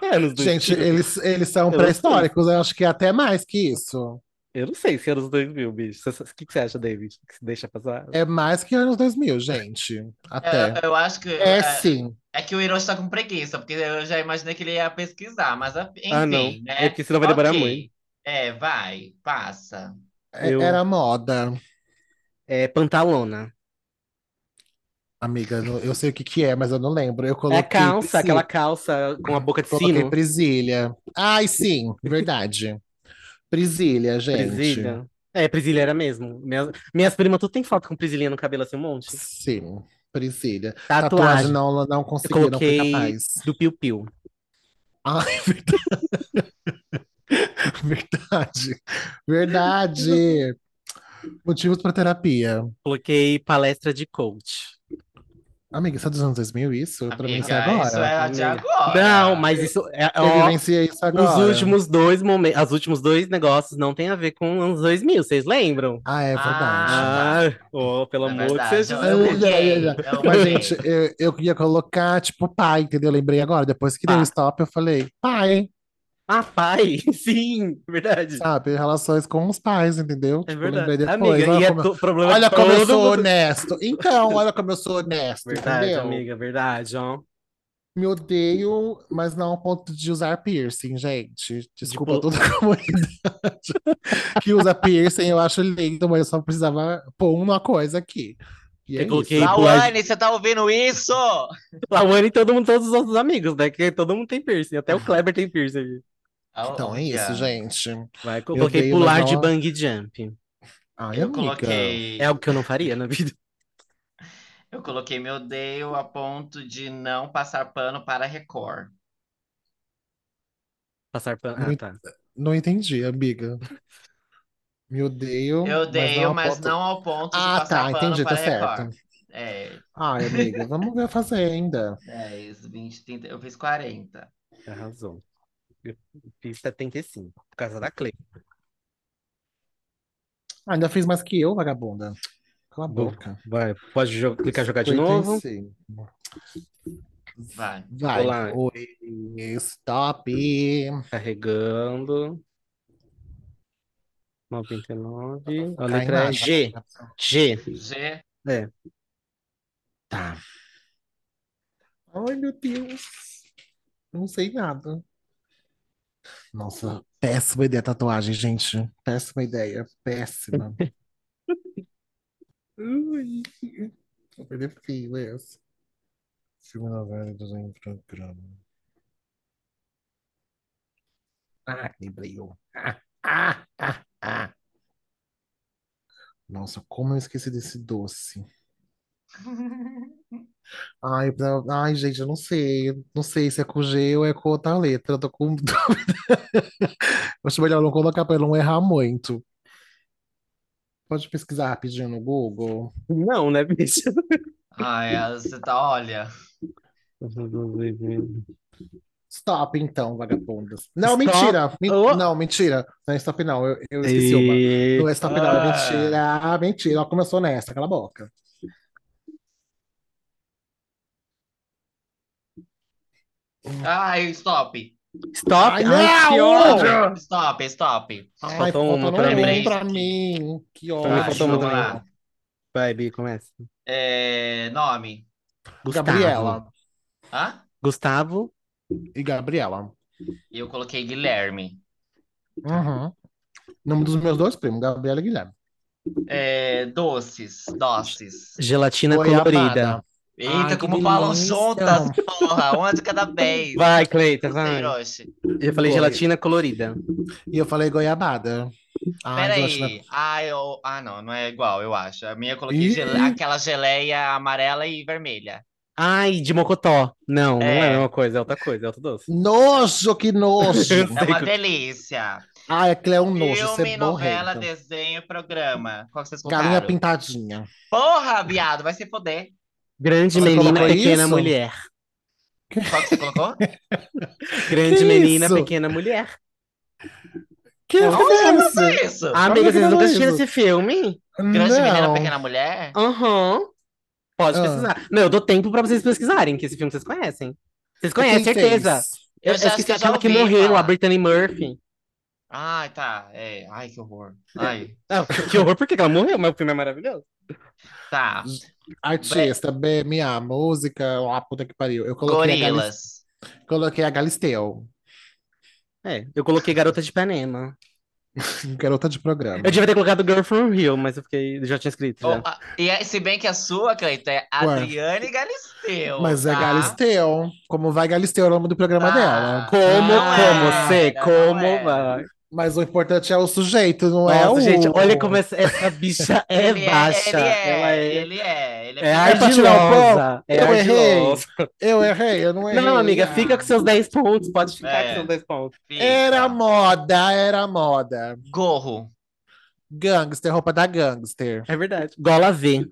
A: É, nos dois
C: Gente, eles, eles são
A: Eu não
C: pré-históricos, eu acho que é até mais que isso.
A: Eu não sei se é nos 2000, bicho. Você- O que que você acha, David? Que se deixa passar? Ah,
C: É mais que anos 2000, gente. Até.
B: Eu, eu acho que.
C: É
B: é,
C: sim.
B: é que o Hiroshi tá com preguiça, porque eu já imaginei que ele ia pesquisar, mas enfim,
A: Ah, não.
B: né?
A: É porque senão vai demorar
B: Ok.
A: muito.
B: É, vai, passa.
C: É-
A: eu-
C: Era moda.
A: É pantalona.
C: Amiga, não- eu sei o que que é, mas eu não lembro. Eu
A: É
C: coloquei
A: a calça,
C: presi-
A: aquela calça com a boca de
C: Coloquei
A: sino.
C: presilha. Ai, sim, verdade. Presilha, gente.
A: Presilha. É, Presilha era mesmo. Minhas, minhas primas, tu tem foto com Presilinha no cabelo assim, um monte?
C: Sim, presilha.
A: Tatuagem
C: Tatuagem não, não consegui, não fui
A: coloquei-
C: capaz.
A: do Piu Piu.
C: Ai, verdade. Verdade. Verdade. Motivos para terapia.
A: Coloquei palestra de coach.
C: Amiga, isso é dos anos 2000, isso? Pra mim, isso é
B: Amiga,
C: agora.
B: isso é de
A: Amiga.
B: agora.
A: Não, mas isso é.
C: Eu
A: ó,
C: vivenciei isso
A: Os
C: agora.
A: últimos dois momentos, os últimos dois negócios não tem a ver com anos 2000, vocês lembram?
C: Ah, é verdade.
A: Ah,
B: Ah,
A: oh, pelo
B: É
A: amor de
B: verdade,
A: Deus.
B: eu-
C: Jesus.
B: eu buguei,
C: Ai,
B: eu
C: Mas,
B: buguei.
C: gente, eu, eu queria colocar, tipo, pai, entendeu? Eu Lembrei agora. Depois que deu
A: Pá.
C: o stop, eu falei, pai,
A: Ah, pai, sim, verdade.
C: sabe? Relações com os pais, entendeu?
A: É
C: Tipo,
A: verdade.
C: lembrei depois.
A: Amiga,
C: olha
A: e é
C: como, eu-
A: to- problema
C: olha
A: de
C: como eu
A: todo
C: sou
A: mundo.
C: honesto. Então, olha como eu sou honesto,
A: Verdade,
C: entendeu?
A: amiga, verdade, ó.
C: Me odeio, mas não ao ponto de usar piercing, gente. Desculpa
A: Tipo-
C: toda a comunidade que usa piercing, eu acho lindo, mas eu só precisava pôr uma coisa aqui. E é
A: Eu coloquei-
C: isso.
B: Lauane, você tá ouvindo isso?
A: Lawane e todo mundo, todos os outros amigos, né? Que todo mundo tem piercing, até o Kleber tem piercing.
B: Ah,
C: Então é isso, gente.
A: Vai, co-
C: Eu
A: coloquei
C: dei, mas
A: pular
C: não-
A: de bang jump.
B: Eu
C: Ai, amiga.
B: coloquei.
A: É algo que eu não faria na vida.
B: Eu coloquei me odeio a ponto de não passar pano para Record.
A: Passar pano. Ah,
C: Muito-
A: tá.
C: Não entendi, amiga. Me odeio.
B: Eu odeio,
C: Então, mas
B: mas
C: não. a ponto-
B: não ao ponto de
C: Ah,
B: passar
C: tá,
B: pano
C: entendi, tá
B: para Record.
C: certo.
B: É,
C: Ai, amiga, vamos ver a Fazenda.
B: 10, 20, 30. Eu fiz 40.
A: Arrasou. Eu fiz 75, por causa da Clay.
C: Ah, Ainda fez mais que eu, vagabunda. Cala a
A: Bom,
C: boca.
A: Vai, pode jo- clicar jogar de
C: Foi
A: novo?
C: intensivo.
B: Vai.
C: Vai.
A: Olá.
C: Oi, stop.
A: Carregando. 99. A
C: Cai
A: letra
C: nada.
A: é G. G.
B: G.
A: É.
C: Tá. Ai, meu Deus. Não sei nada. Nossa, péssima ideia tatuagem, gente. Péssima ideia. Péssima. Ui. Vou perder fio essa. Filme, novela e desenho em programa. Ah, lembrei um. Ah, ah, ah, ah. Nossa, como eu esqueci desse doce. Ai, pra- Ai, gente, eu não sei. Não sei se é com G ou é com outra letra. Eu tô com dúvida. Acho melhor não colocar pra eu não errar muito. Pode pesquisar rapidinho no Google.
A: Não, né, bicho?
B: Ai, ela- você tá, olha.
C: Stop, então, vagabundas. Não,
A: Stop.
C: mentira. Me-
A: Oh.
C: Não, mentira. Não é stop, não. Eu, eu esqueci uma. Não é stop, não. É mentira. Mentira. Ela começou nessa. Cala a boca.
B: Ai, stop.
A: Stop!
C: Ai,
A: Ai, que
C: não!
A: ódio!
B: Stop, stop.
C: Ai,
A: Faltou
C: faltou
A: uma
C: no
A: pra
C: um
B: mim.
C: pra mim. Que
A: Também
B: Vai,
A: faltou uma
C: ódio.
B: vamos
A: também.
B: lá.
A: Vai, Bi, começa.
B: É, nome.
A: Gustavo.
C: Gabriela.
B: Hã?
A: Gustavo.
C: E Gabriela.
B: E eu coloquei Guilherme.
C: Uhum. Nome dos meus dois primos, Gabriela e Guilherme.
B: É, doces, doces.
A: Gelatina
C: Goiabada.
A: colorida.
B: Eita,
C: Ai, que
B: como falam
C: delícia.
B: juntas, porra. Uma de cada vez.
A: Vai, Cleita, vai.
B: Hiroshi.
A: Eu falei
C: Goi-
A: gelatina colorida.
C: E eu falei goiabada. Ai, gelatina-
B: Peraí. Ah, eu... ah, não, não é igual, eu acho. A minha eu coloquei
C: Ih.
B: gele- aquela geleia amarela e vermelha.
A: Ai, de mocotó. Não, não é a
B: É.
A: mesma coisa, é outra coisa, é outro doce.
C: Nojo, que nojo.
B: É uma
A: que-
B: delícia.
C: Ai, aquilo é um nojo, você
B: Filme,
C: é
B: novela,
C: borrenta.
B: desenho, programa. Qual que vocês colocaram?
C: Galinha pintadinha.
B: Porra, viado, vai se foder.
A: Grande
C: Você
A: menina,
C: colocou
A: pequena
C: isso?
A: mulher.
B: Qual que você colocou?
A: Grande
C: Que
A: menina,
C: isso?
A: pequena mulher.
C: Que
A: Olha,
C: filme é
B: Foi isso.
A: Ah,
C: Olha
A: Amiga,
C: que
A: vocês nunca
C: beleza.
A: assistiram esse filme?
B: Grande menina,
C: Não.
B: pequena mulher.
A: Aham. Pode
C: Ah.
A: pesquisar. Não, eu dou tempo pra vocês pesquisarem, que esse filme vocês conhecem. Vocês conhecem,
C: Quem
A: certeza.
C: fez?
B: Eu
A: esqueci
B: já- acho que eu já
A: aquela que
B: ouvi
A: morreu,
B: falar.
A: a Brittany Murphy.
B: Ai, tá. É. Ai, que horror. Ai,
A: Ah, que horror, porque ela morreu, mas o filme é maravilhoso.
B: tá.
C: Artista, BMA, música, ó, a puta que pariu. Eu coloquei a, Galis-
B: Gorilas.
C: coloquei a Galisteu,
A: É, eu coloquei Garota de Ipanema.
C: garota de programa.
A: Eu devia ter colocado Girl from Rio, mas eu fiquei, já tinha escrito. já.
B: Oh, ah, e é- se bem que a sua, Cleita, é Adriane Galisteu.
C: Mas é
B: tá?
C: Galisteu. Como vai Galisteu, é o nome do programa
B: Tá.
C: dela.
A: Como,
B: Não
A: como,
B: era,
A: sei,
B: não
A: como
B: era.
A: vai.
C: Mas o importante é o sujeito, não é
A: Nossa,
C: o.
A: gente, olha como essa, essa bicha é
B: Ele
A: baixa.
B: Ele
A: Ela
B: é,
A: é,
B: ele é. Ele é,
A: é
C: É pra tirar o pó?
A: ardilosa. É
C: Eu errei.
A: ardilosa.
C: Eu errei, eu não errei. Ah.
A: Não, amiga, fica com seus 10 pontos. Pode ficar
B: É.
A: com seus 10 pontos.
B: fica.
C: Era moda, era moda.
B: Gorro.
C: Gangster, roupa da gangster.
A: É verdade. Gola V.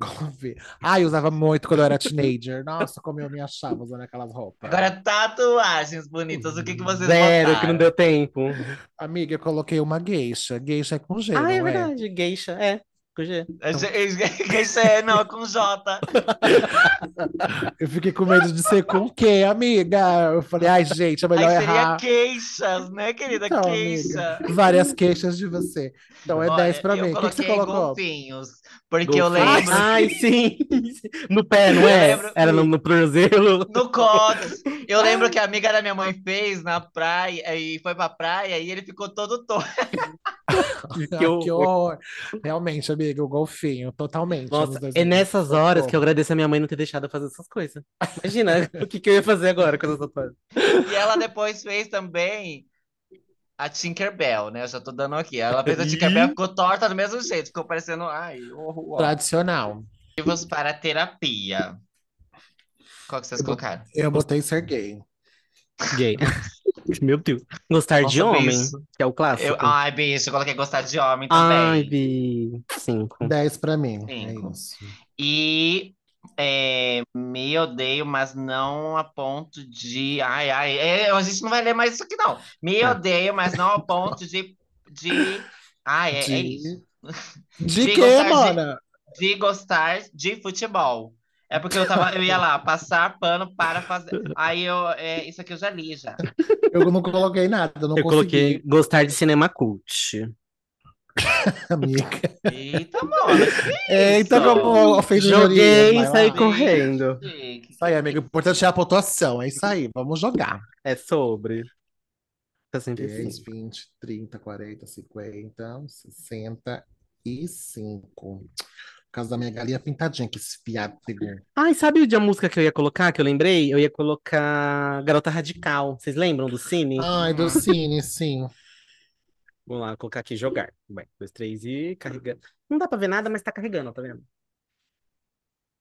C: Como ver? Ai, eu usava muito quando eu era teenager. Nossa, como eu me achava usando aquelas roupas.
B: Agora, tatuagens bonitas. O que, que vocês
A: Zero, que não
B: botaram?
A: deu tempo.
C: Amiga, eu coloquei uma geisha. Geisha é com G, não
A: Ah,
C: é?
A: é verdade. Geisha, é. Com G.
C: Então.
B: Que isso é, não, é com J.
C: Eu fiquei com medo de ser com quê, amiga? Eu falei, ai, gente, é melhor
B: Aí seria
C: errar.
B: queixas, né, querida?
C: Então,
B: Queixa.
C: Várias queixas de você. Então é
B: Olha,
C: 10 pra
B: eu
C: mim. O que que você
B: coloquei um
C: colocou? Ah,
B: golfinhos, porque É eu
A: Golfinho.
B: lembro
A: Ai, sim. No pé, não é?
B: Eu lembro-
A: Era no, no tornozelo.
B: no Cox. Eu lembro que a amiga da minha mãe fez na praia e foi pra praia e ele ficou todo torto.
C: Ah,
A: Que horror.
C: Realmente, amiga, o golfinho, totalmente.
A: Nossa,
C: anos 2000.
A: é nessas horas que eu agradeço a minha mãe não ter deixado eu fazer essas coisas. Imagina, o que, que eu ia fazer agora com essas tatuagens?
B: E ela depois fez também a Tinkerbell, né? Eu já tô
C: Tá.
B: dando aqui. Ela fez a Tinkerbell, ficou torta do mesmo jeito, ficou parecendo. Ai, horror.
C: Tradicional.
B: Motivos para terapia. Qual que vocês colocaram?
C: Eu botei ser gay.
A: Gay. Meu Deus. Gostar de
B: Nossa,
A: homem,
B: bicho.
A: que é o clássico.
B: Eu- ai, bicho, eu coloquei gostar de homem
A: Ai,
B: também.
A: Bi. Cinco.
C: 10 pra mim.
B: Cinco.
C: É isso.
B: E é, me odeio, mas não a ponto de. Ai, ai, é, a gente não vai ler mais isso aqui, não. Me
A: Tá.
B: odeio, mas não a ponto de. de... Ai, é, é isso.
C: De
B: De
C: quê,
B: gostar de-
C: mana?
B: De gostar de futebol. É porque eu tava, eu ia lá, passar pano para fazer. Aí eu. é, isso aqui eu já li já.
C: Eu não coloquei nada, eu não
A: Eu coloquei
C: consegui,
A: gostar de cinema cult.
C: amiga. Então
B: Eita, mano.
C: Eita,
B: É Isso.
C: como ofende
A: Joguei e
C: vai
A: saí
C: lá.
A: correndo.
B: Chique.
C: Isso aí, amigo. O importante é a pontuação. É isso aí. Vamos jogar.
A: É sobre. Tá sempre assim.
C: 10, 20, 30, 40, 50, 65. Por causa da minha galinha pintadinha, que esse piado pegou.
A: Ai, sabe de a música que eu ia colocar, que eu lembrei? Eu ia colocar Garota Radical. Vocês lembram do Cine?
C: Ai, do Cine, sim.
A: Vamos lá, colocar aqui jogar. Bem, dois, três e carregando. Não dá pra ver nada, mas tá carregando, ó, tá vendo?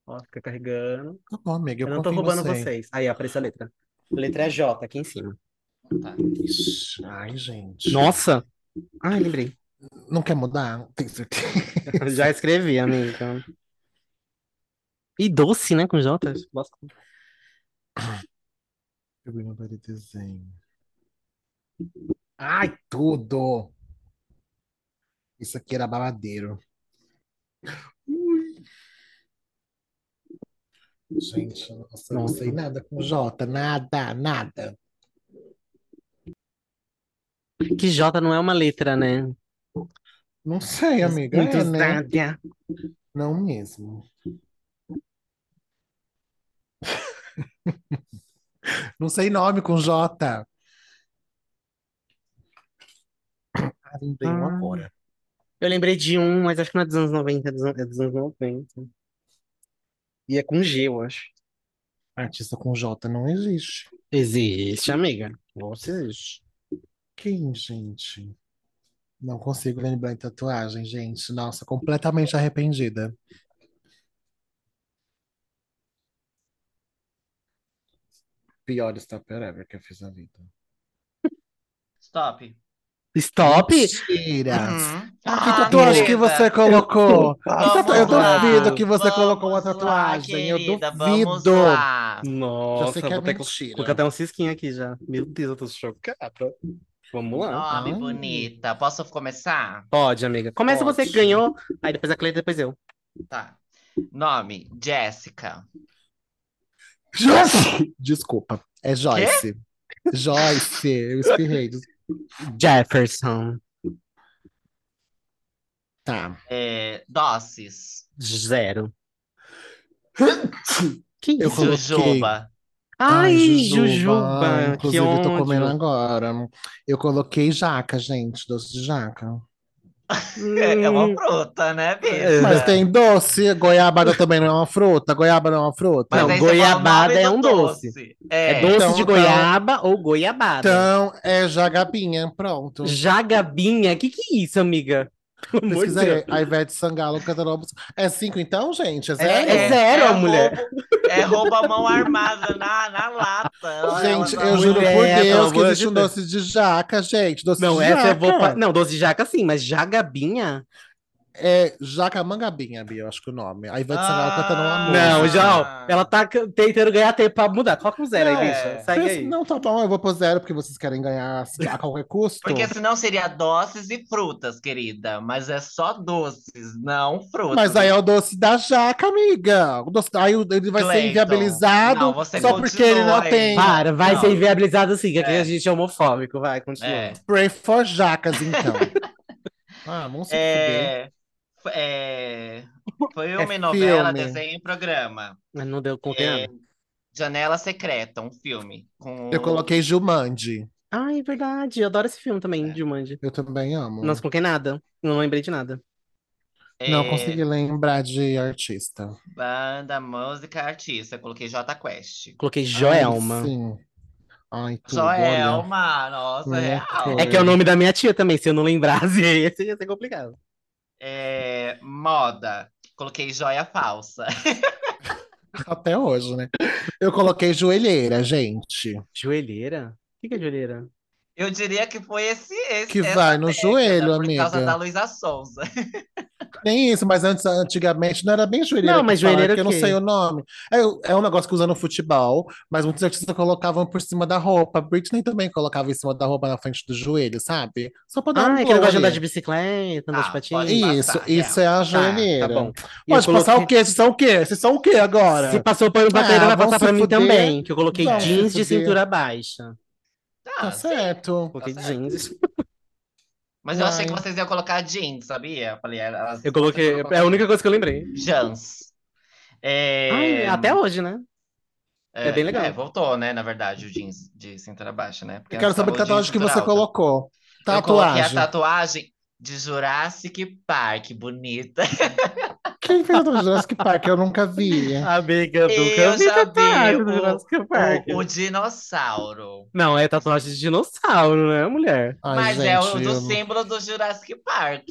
A: Ó, fica carregando.
C: Tá bom, amiga.
A: Eu,
C: Eu,
A: não tô
C: confio em
A: roubando
C: você.
A: vocês. Aí, ó, apareceu a letra. A letra é J, aqui em cima.
C: Ixi, Ai, gente.
A: Nossa! Ai, lembrei.
C: Não quer mudar? Tem certeza.
A: Já escrevi, amiga. E doce, né, com J? Nossa.
C: Eu vi meu de desenho. Ai, tudo! Isso aqui era babadeiro. Ui. Gente, nossa, eu não
A: Nossa.
C: sei nada com J, nada, nada.
A: Que J não é uma letra, né?
C: Não sei, amiga.
A: Muito
C: É, né?
A: sábia.
C: Não mesmo. Não sei nome com J. Ah, lembrei um
A: Ah.
C: agora.
A: Eu lembrei de um, mas acho que não é dos anos 90, é dos, an- é dos anos 90. E é com G, eu acho.
C: Artista com J não existe.
A: Existe, amiga. Nossa, existe.
C: Quem, gente? Não consigo lembrar em tatuagem, gente. Nossa, completamente arrependida. Pior stop ever que eu fiz na vida.
B: Stop.
A: Stop? Ah,
C: Mentira!
B: Uhum.
C: Que tatuagem que
B: querida.
C: você colocou? Que
B: Tá Vamos
C: tatu- Então, Eu
B: lá.
C: duvido que você
B: Vamos
C: colocou uma
B: lá,
C: tatuagem. Eu
B: querida, Vamos
C: duvido.
B: lá.
A: Nossa,
C: sei que é
A: vou até co-
C: mentira.
A: colocar até um cisquinho aqui já. Meu Deus, eu tô chocada. Vamos lá.
B: Nome
C: Ai.
B: bonita. Posso começar?
A: Pode, amiga. Começa você que
C: Pode.
A: ganhou, aí depois a Cleide, depois eu.
B: Tá. Nome: Jéssica.
C: Joyce! Desculpa. É Joyce. Joyce. Eu espirrei. des-
A: Jefferson.
C: Tá.
B: É, doces.
A: Zero. Que
C: Eu
A: isso?
C: coloquei.
B: Jujuba.
A: Ai, Jujuba, que
C: Inclusive, eu tô
A: ódio.
C: comendo agora. Eu coloquei jaca, gente. Doce de jaca.
B: É, é uma
A: Hum,
B: fruta, né,
A: É.
B: bicho?
C: Mas tem doce. Goiabada também não é uma fruta. Goiaba não é uma fruta.
B: Mas
A: Não,
B: aí você fala o
A: goiabada
B: nome
A: é
B: do
A: um doce.
B: É,
A: É doce
C: então,
A: de
C: então-
A: goiaba ou goiabada?
C: Então, é jagabinha. Pronto.
A: Jagabinha, que que é isso, amiga? Pelo amor de
C: Pesquisa
A: Deus.
C: aí. é A Ivete Sangalo cantando uma música. É cinco então, gente? É zero?
A: é zero,
B: roubo-
A: mulher.
B: é rouba a mão armada na, na lata. Ela-
C: Gente,
B: ela-
C: eu juro por
A: Mulher, pelo
C: Deus que
A: amor
C: existe
A: de
C: um
A: Deus.
C: doce de jaca, gente. Doce
A: Não,
C: de
A: essa eu
C: jaca.
A: vou. pa- Não, doce de jaca sim, mas jagabinha?
C: É jaca mangabinha, Bia, eu acho que é o nome. A Ivete Sangalo cantando uma
B: Ah.
C: música.
A: Não, já, ó, ela tá c- tentando ganhar tempo pra mudar. Coloca um zero
C: Não,
A: aí, bicha.
B: é.
A: Segue
C: Pensa-
A: aí.
C: Não, tá bom, eu vou pro zero, porque vocês querem ganhar a qualquer custo.
B: Porque senão seria doces e frutas, querida. Mas é só doces, não frutas.
C: Mas aí é o doce da jaca, amiga. O doce- Aí o- ele vai ser
B: Clayton.
C: inviabilizado
B: Não, você
C: só porque ele não
B: continua aí.
C: tem.
A: Para, vai
B: Não.
A: ser inviabilizado sim, que aqui
B: É.
A: a gente é homofóbico. Vai, continua.
B: É.
C: Pray for jacas, então. ah, vamos se fuder.
B: É, f- é, filme,
C: É
B: novela,
C: filme.
B: desenho e programa.
A: Mas não deu com
B: É, Janela Secreta, um filme. Com...
C: Eu coloquei Jumanji.
A: Ai, é verdade. Eu adoro esse filme também,
B: É.
A: de Jumanji.
C: Eu também amo.
A: Não coloquei nada. Não lembrei de nada.
B: é,
C: Não consegui lembrar de artista.
B: Banda, música, artista. Eu coloquei J Quest.
A: Coloquei
C: Ai,
A: Joelma.
C: sim. Ai, tudo, né? olha.
B: Joelma, é nossa,
C: Minha
B: real.
C: coisa.
A: É que é o nome da minha tia também. Se eu não lembrasse, ia ser ia ser complicado.
B: É, moda. Coloquei joia falsa.
C: Até hoje, né? Eu coloquei joelheira, gente.
A: Joelheira? O que que é joelheira?
B: Eu diria que foi esse, esse
C: Que
B: essa
C: vai no
B: década,
C: joelho,
B: por causa
C: amiga.
B: da Luísa Sonza.
C: Nem isso, mas antes, antigamente não era bem joelheira.
A: Não,
C: que
A: mas
C: fala,
A: joelheira
C: que eu
A: o
C: não
A: quê?
C: sei o nome. É, o- é um negócio que usa no futebol, mas muitos artistas colocavam por cima da roupa. Britney também colocava em cima da roupa na frente do joelho, sabe? Só pra dar
A: Ah,
C: um
A: é que
C: glow
A: negócio de
C: ali.
A: andar de bicicleta, andar de
B: Ah,
A: patinho.
B: pode
A: Ih,
C: Isso,
B: passar,
C: isso é a
A: Tá,
C: joelheira.
A: tá bom. E eu
C: Pode passar
A: coloquei-
C: o quê? Vocês são o quê? Vocês são o quê agora?
A: Se passou pano pra
C: Ah,
A: pedra, vai
C: vão
A: passar
C: se
A: pra mim
C: fuder.
A: também, que eu coloquei
C: Vão se
A: jeans de
C: fuder.
A: cintura baixa.
B: Ah,
C: Tá
B: sim.
C: certo.
A: Coloquei
B: Tá certo.
A: jeans.
B: Mas eu achei que
C: Ai.
B: vocês iam colocar jeans, sabia? Eu falei, elas-
A: Eu coloquei.
B: vocês vão
A: É a
B: colocar
A: única coisa que eu lembrei.
B: Jans. É,
A: Ai, até hoje, né? é bem legal.
B: É, voltou, né? Na verdade, o jeans de cintura baixa, né? Porque
C: Eu quero
B: antes
C: saber
B: tava
C: que
B: o jeans
C: tatuagem
B: de
C: que
B: cintura
C: você
B: alta.
C: colocou. Tá,
B: Eu coloquei a
C: Tatuagem.
B: tatuagem de Jurassic Park, bonita.
C: Quem fez a tatuagem do Jurassic Park? Eu nunca vi.
A: Amiga do
B: Eu já
A: Capitão Park,
B: vi
A: do
B: o-
A: Jurassic Park.
B: O, o dinossauro.
A: Não, é tatuagem de dinossauro, né, mulher?
C: Ai,
B: Mas é o
C: gente,
B: do
C: eu-
B: símbolo do Jurassic Park.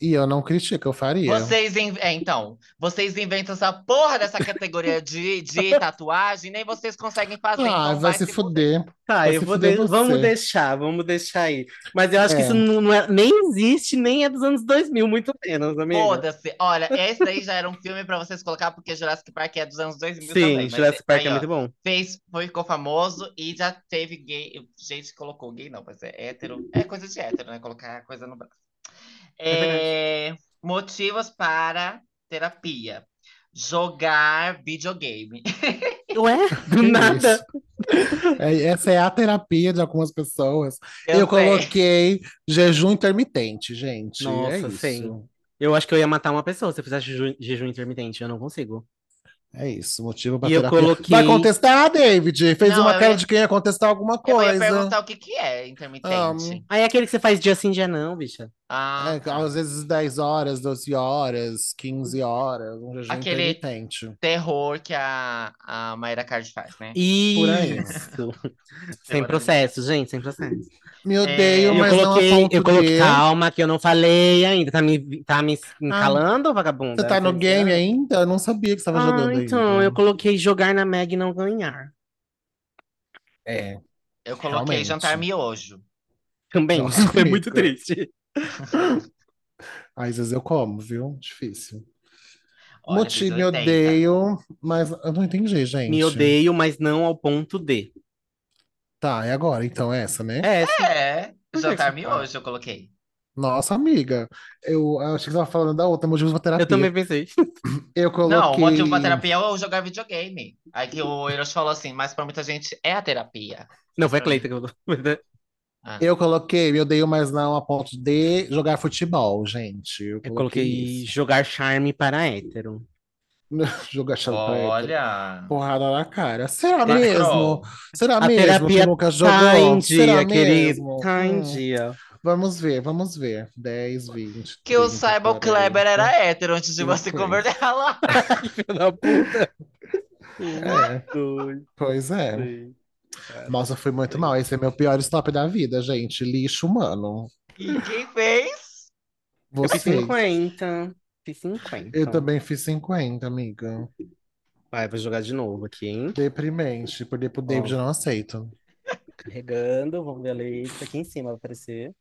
C: E eu não critico, eu faria.
B: Vocês, in- é, então, vocês inventam essa porra dessa categoria de, de tatuagem, nem vocês conseguem fazer.
C: Ah,
B: então
C: vai se fuder.
A: Tá,
C: Vai
A: eu
C: se
A: vou
C: fuder
A: de-
C: você.
A: vamos deixar, vamos deixar aí. Mas eu acho que
C: É.
A: isso não, não é- nem existe, nem é dos anos 2000, muito menos, amiga.
B: Foda-se. Olha, esse daí já era um filme pra vocês colocar, porque Jurassic Park é dos anos 2000 também.
A: Sim,
B: mas
A: Jurassic Park
B: aí,
A: é
B: ó,
A: muito bom.
B: Fez, foi, ficou famoso e já teve gay. Gente que colocou gay, não, mas é hétero. É coisa de hétero, né? Colocar coisa no braço. É, motivos para terapia. Jogar videogame.
A: Ué? Do
C: Que
A: nada.
C: isso? É, essa é a terapia de algumas pessoas.
B: sei.
C: Eu, coloquei jejum intermitente, gente.
A: Nossa,
C: é isso.
A: sim. Eu acho que eu ia matar uma pessoa se eu fizesse jeju- jejum intermitente. Eu não consigo.
C: É isso, motivo pra
A: E eu
C: terapia.
A: coloquei-
C: Vai contestar, David? Fez
B: Não,
C: uma
B: eu
C: cara
B: ia-
C: de quem ia contestar alguma
B: Eu ia
C: coisa.
B: perguntar o que que é intermitente.
C: Amo.
A: Aí é aquele que você faz dia sim, dia não, bicha.
B: Ah,
C: É,
B: tá.
C: às vezes 10 horas, 12 horas, 15 horas, um jejum
B: Aquele-
C: intermitente.
B: terror que a, a Mayra Card faz, né?
C: aí.
A: Isso.
B: é
A: Sem processo, gente, sem processo.
C: Me
A: É,
C: odeio,
A: Eu
C: mas
A: coloquei,
C: não a ponto
A: eu coloquei.
C: de...
A: Calma, que eu não falei ainda. Tá me, tá me encalando, vagabunda?
C: Ah. Você tá no
A: Você-
C: game ainda? Eu não sabia que você tava
A: né, é. Ah,
C: jogando né?
A: então,
C: ainda.
A: eu coloquei jogar na Meg e não ganhar.
C: É.
B: Eu coloquei
C: Realmente.
B: jantar miojo.
A: Também.
C: Nossa,
A: Foi
C: amiga.
A: é muito triste.
C: Às vezes eu como, viu? Difícil.
B: Olha,
C: Motivo, me
B: 80.
C: odeio, mas eu não entendi, gente.
A: tá? Me odeio, mas não ao ponto de.
C: Tá, é agora então essa, né?
A: É, essa.
B: É,
A: Por que
B: jantar
A: que você fala?
B: miojo eu coloquei.
C: Nossa, amiga. Eu eu achei que você tava falando da outra, motivos pra terapia.
A: eu também pensei.
C: Eu coloquei.
B: Não, o motivo pra terapia é eu jogar videogame. Aí que o Eros falou assim, mas pra muita gente é a terapia.
A: Não, foi a Cleita que é, eu
C: Eu coloquei, me odeio, mas não a ponto de jogar futebol, gente. Eu
A: Eu
C: coloquei,
A: coloquei jogar charme para hétero.
C: isso. Jogar xadrez.
B: Olha. Tá
C: Porrada na cara.
A: Tá
C: Será
B: Patrol.
C: mesmo? Será
A: A
C: mesmo que
A: terapia
C: nunca jogou?
A: Tá em
C: Será
A: dia, querido.
C: mesmo?
A: Tá em
C: Hum,
A: dia.
C: Vamos ver, vamos ver. 10, 20.
B: Que o
C: 30,
B: saiba, o
C: 40.
B: Kleber era hétero antes de você
C: Sim.
B: converter lá.
A: Filho da puta.
C: É, pois é. Nossa, foi muito mal. Esse é meu pior stop da vida, gente. Lixo humano.
B: E quem fez?
A: Eu fiz
C: Você.
A: 50. Fiz 50.
C: Eu também fiz 50, amiga.
A: Vai, vou jogar de novo aqui, hein?
C: Deprimente. Perder pro David, eu não aceito.
A: Carregando, vamos ver a letra. Aqui em cima vai aparecer.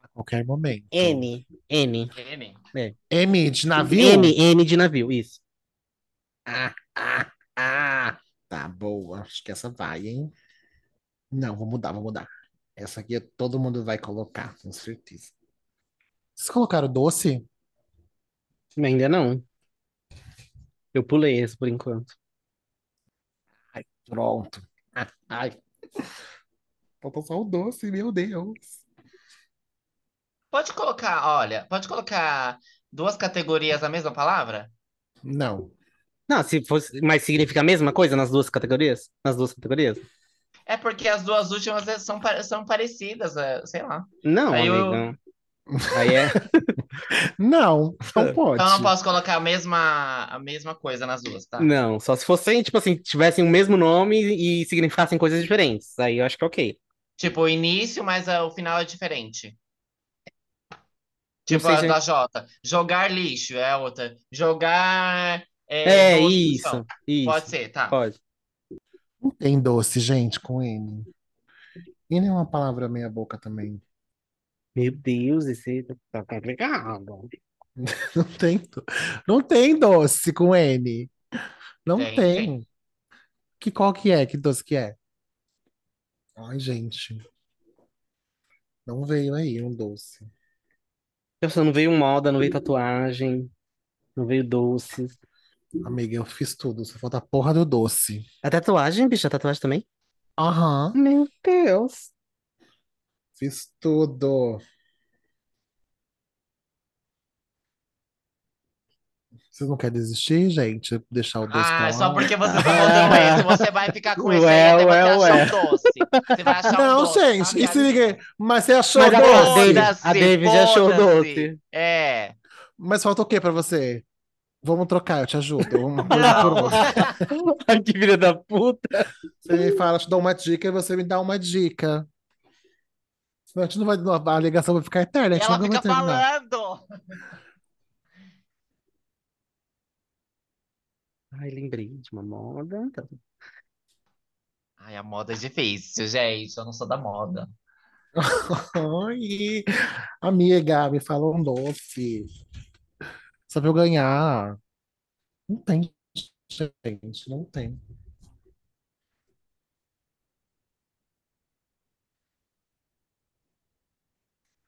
C: A qualquer momento.
A: N. N.
B: Rene.
C: M de navio?
A: N, N de navio, isso.
C: Ah, ah, ah. Tá boa. Acho que essa vai, hein? Não, vou mudar, vou mudar. Essa aqui todo mundo vai colocar, com certeza. Vocês colocaram doce?
A: Mas Ainda não. Eu pulei esse por enquanto.
C: Pronto. Ah, Ai. Faltou só o doce, meu Deus.
B: Pode colocar, olha, pode colocar duas categorias a mesma palavra?
C: Não.
A: Não, se fosse, mas significa a mesma coisa nas duas categorias? Nas duas categorias?
B: É porque as duas últimas eh, são, pa- são parecidas, eh, sei lá.
A: Não,
B: Aí eu-
A: amiga. Aí é.
C: Não, não pode.
B: Então eu não posso colocar a mesma, a mesma coisa nas duas, tá?
A: Não, só se fossem, tipo assim, tivessem o mesmo nome e significassem coisas diferentes. Aí eu acho que é ok.
B: Tipo, o início, mas ah, o final é diferente. Tipo
A: sei
B: a
A: se a
B: da Jota. Jogar lixo é a outra. Jogar.
A: É,
B: doce no
A: isso,
B: chão.
A: isso.
B: Pode ser, tá.
A: Pode.
C: Não tem doce, gente, com N. N é uma palavra meia boca também.
A: Meu Deus, esse tá complicado.
C: Não tem, do- não tem doce com N. Não
B: Tem,
C: tem. Que qual que é? Que doce que é? Ai, gente. Não veio aí um doce.
A: Eu só não veio moda, não veio tatuagem, não veio doces.
C: Amiga, eu fiz tudo, só falta a porra do doce.
A: A É tatuagem, bicho, a tatuagem também?
C: Aham,
A: Meu Deus.
C: fiz tudo. Vocês não querem desistir, gente? Deixar o doce pra
B: Ah, só
C: lá?
B: porque você tá mandando esse, você vai ficar com esse
A: Ué,
B: aí,
A: ué,
B: até você
A: ué.
B: achar um doce. Você vai achar um
C: Não,
B: doce,
C: gente,
B: sabe?
C: e se ninguém. Mas você achou
A: Mas né? a
C: doce?
A: Davis- a
B: Foda-se,
A: Davis já achou
B: foda-se.
A: doce.
B: É.
C: Mas falta o quê pra você? Vamos trocar, eu te ajudo. Uma coisa por outra.
A: Ai, que filha da puta.
C: Você me fala, eu te dou uma dica e você me dá uma dica. Senão a gente não vai. A ligação vai ficar eterna, a gente
B: Ela
C: nunca vai
B: fica
C: terminar.
B: falando.
A: Ai, lembrei de uma moda. Então.
B: Ai, a moda é difícil, gente. Eu não sou da moda.
C: Ai, amiga, me fala um doce. Só pra eu ganhar. Não tem, gente, não tem.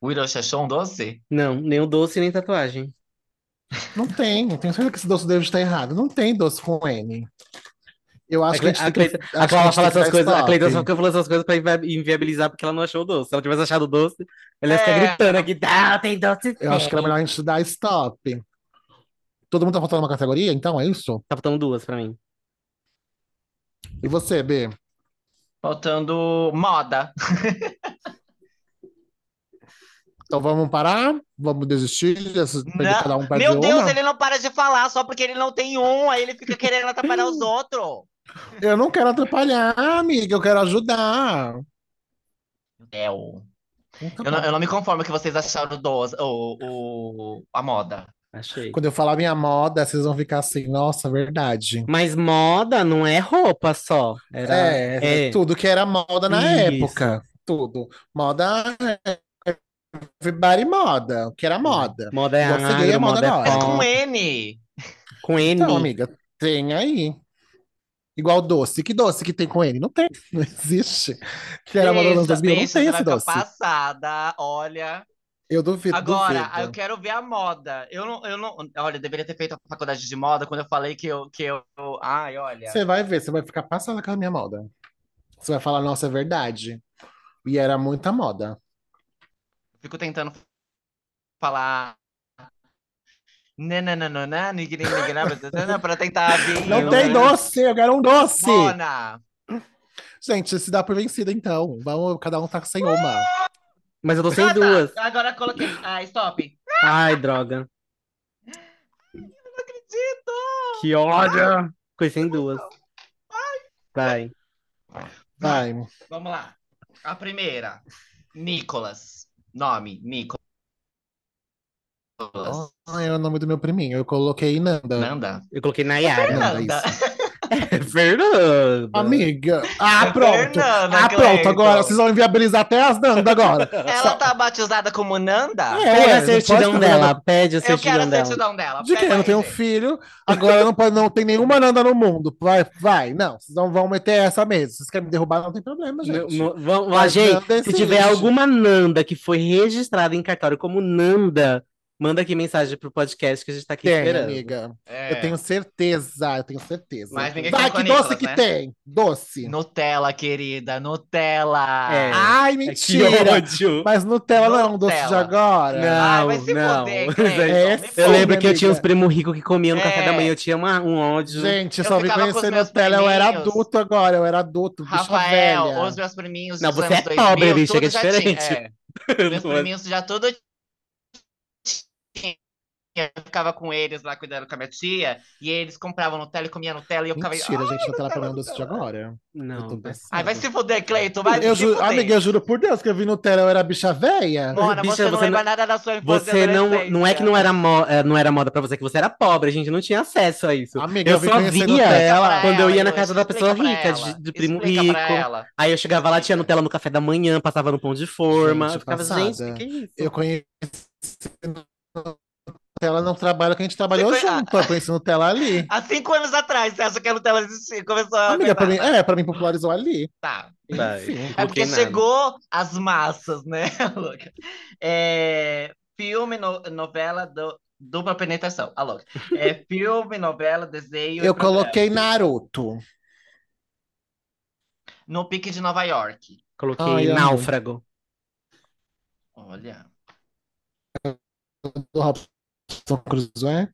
B: O Hiroshi achou um doce?
A: Não, nem o doce, nem tatuagem.
C: Não tem. Eu Tenho certeza que esse doce deve estar errado. Não tem doce com N. Eu acho que a
A: A
C: gente
A: Cle- a
C: tem que.
A: Cleita
C: acho
A: a
C: que a
A: Paula
C: gente
A: fala
C: tem que
A: essas
C: dar
A: coisas, a
C: stop.
A: Cleita só fica falando essas coisas pra invi- inviabilizar porque ela não achou o doce. Se ela tivesse achado o doce, ela ia ficar
B: É.
A: gritando aqui, ah, tem doce
C: Eu acho que era
A: sim."
C: melhor a gente dar stop. Todo mundo tá faltando uma categoria, então é isso?
A: Tá faltando duas pra mim.
C: E você, B?
B: Faltando moda.
C: Então vamos parar? Vamos desistir? Esses-
B: Não.
C: Cada um perde
B: Meu Deus,
C: uma?
B: ele não para de falar só porque ele não tem um. Aí ele fica querendo atrapalhar os outros.
C: Eu não quero atrapalhar, amiga. Eu quero ajudar.
B: Meu Deus.
C: Então
B: É Eu
C: tá
B: não, eu não me conformo que vocês acharam o doce, o, o- a moda.
A: Achei.
C: Quando eu falar minha moda, vocês vão ficar assim, nossa, verdade.
A: Mas moda não é roupa só. Era...
C: É,
A: é.
C: tudo que era moda na
A: Isso.
C: época. Tudo. Moda é everybody moda. O que
B: Uhum.
C: era moda.
A: Moda é
C: Doce gay é
A: agro,
C: moda
A: moda é
C: nova.
B: Mas
C: Ó.
B: com
A: pop.
B: N.
A: Com N.
C: Então, amiga, tem aí. Igual doce. Que doce que tem com ele? Não tem. Não existe. Que era moda nos
B: Besta,
C: 2000. Não
B: besta,
C: tem
B: você
C: esse
B: vai ficar
C: doce.
B: passada, olha.
C: Eu duvido,
B: Agora,
C: duvido.
B: eu quero ver a moda. Eu não, eu não. Olha, eu deveria ter feito a faculdade de moda quando eu falei que eu. Que eu ai, olha.
C: Você vai ver, você vai ficar passada com a minha moda. Você vai falar, nossa, é verdade. E era muita moda.
B: Fico tentando falar. Nananana, nigrinigriná, nananana, Pra tentar né? vir.
C: Não
A: Eu-
C: tem doce, eu quero um doce!
B: Mona!
C: Gente, se dá por vencida, então. Vamos, cada um tá sem uma.
A: Mas eu tô sem
B: Ah, tá.
A: duas.
B: Agora coloquei. Ah, stop.
A: Ai, droga.
B: Não acredito!
A: Que ódio! Fiquei sem duas. Vai.
C: Vai.
B: Vamos lá. A primeira. Nicolas. Nome, Nicolas.
C: Ah, é o nome do meu priminho. Eu coloquei Nanda.
B: Nanda?
A: Eu coloquei Nayara.
C: Fernanda,
B: Nanda.
A: É Fernanda.
C: Amiga. Ah,
B: É então.
C: pronto.
B: Fernanda,
C: ah, pronto.
B: Cleiton.
C: Agora vocês vão inviabilizar até as Nanda agora.
B: Ela tá batizada como Nanda?
C: É,
A: Pede
C: ué,
A: a
C: não
A: certidão
C: pode ficar
A: dela. Pede a
B: Eu quero
A: certidão
B: a
A: dela.
B: certidão dela.
C: De que?
B: Pega
C: Eu não
B: aí,
C: tenho
B: gente.
C: filho. Agora não, pode, não tem nenhuma Nanda no mundo. Vai, vai. Não, vocês não vão meter essa mesmo. Vocês querem me derrubar, não tem problema, gente.
A: No- no- vamos lá,
C: Mas
A: gente.
C: Nanda é
A: Se tiver
C: existe.
A: alguma Nanda que foi registrada em cartório como Nanda, manda aqui mensagem pro podcast que a gente tá aqui
C: Tem,
A: esperando.
C: amiga.
B: É.
C: Eu tenho um certeza, eu tenho certeza.
B: Mas ninguém
C: Vai,
B: colocou
C: que doce
B: Nicolas,
C: que
B: né?
C: tem? Doce.
B: Nutella, querida, Nutella. Ah,
A: É.
C: Ai,
A: É,
C: mentira.
A: Que ódio.
C: Mas Nutella não é um doce de
B: Nutella.
C: agora.
B: Ai, vai
A: Não,
B: se
A: não.
B: foder,
C: É,
B: Cleiton. me
A: Eu
C: Sim,
A: lembro que eu
C: amiga.
A: tinha uns primos ricos que comiam no café
B: É.
A: da manhã. Eu tinha uma- um ódio.
C: Gente,
B: Eu
C: só me
B: ficava com os
C: conhecer
B: meus
C: Nutella, eu era
B: priminhos.
C: adulto agora, eu era adulto, bicha
B: Rafael,
C: velha.
B: os meus priminhos
A: Não,
B: dos
A: você
B: anos
A: é pobre,
B: 2000,
A: bicha,
B: tudo
A: que é
B: já tinha.
A: diferente.
B: é. Meus priminhos já tudo tinha eu ficava com eles lá cuidando com a minha tia, e eles compravam Nutella e comiam Nutella, e eu ficava.
C: Mentira,
B: "Ah,
C: gente, não tá lá
B: Nutella,
C: comendo doce de agora.
A: Não,
C: tô
A: tá
C: bem.
B: Ai, vai
A: certo.
B: se fuder, Cleiton, vai
C: eu
B: se
C: ju...
B: fuder.
C: Amiga, eu juro por Deus que eu vi Nutella, eu era bicha véia.
B: Mona,
A: Bicha,
B: você não
A: você
B: lembra nada da sua infância. e
A: Você não, não é
B: adolescência.
A: que não era, mo- é, não era moda pra você, que você era pobre, a gente não tinha acesso a isso.
C: Amiga,
A: eu
C: eu vim
A: só
C: conhecer
A: via
C: Nutella.
B: Pra
A: quando eu
B: ela,
A: ia na
B: Lu,
A: casa da pessoa
B: explica pra
A: rica,
B: ela,
A: de- de primo
B: explica pra
A: rico.
B: ela.
A: Aí eu chegava lá, tinha Nutella no café da manhã, passava no pão de forma.
C: Gente,
A: eu ficava,
C: passada.
A: gente, o que, que é isso?
C: Eu conheci Nutella não trabalha que a gente trabalhou
B: Você foi-
C: junto. Eu conheci Nutella ali.
B: Há cinco anos atrás, você acha que a Nutella existia? Começou a.
C: Amiga, pra mim,
B: coitada.
C: é, pra mim popularizou ali.
B: Tá.
A: Vai,
C: Enfim.
A: não
B: É porque
A: coloquei nada.
B: chegou as massas, né, louca? É, filme, no- novela, du- dupla penetração. A louca. É filme, novela, desenho. e
C: Eu
B: programa.
C: coloquei Naruto.
B: No Pique de Nova York.
A: Coloquei
C: Ai, amo.
A: náufrago.
B: Olha.
C: Do Robson Crusoe? é?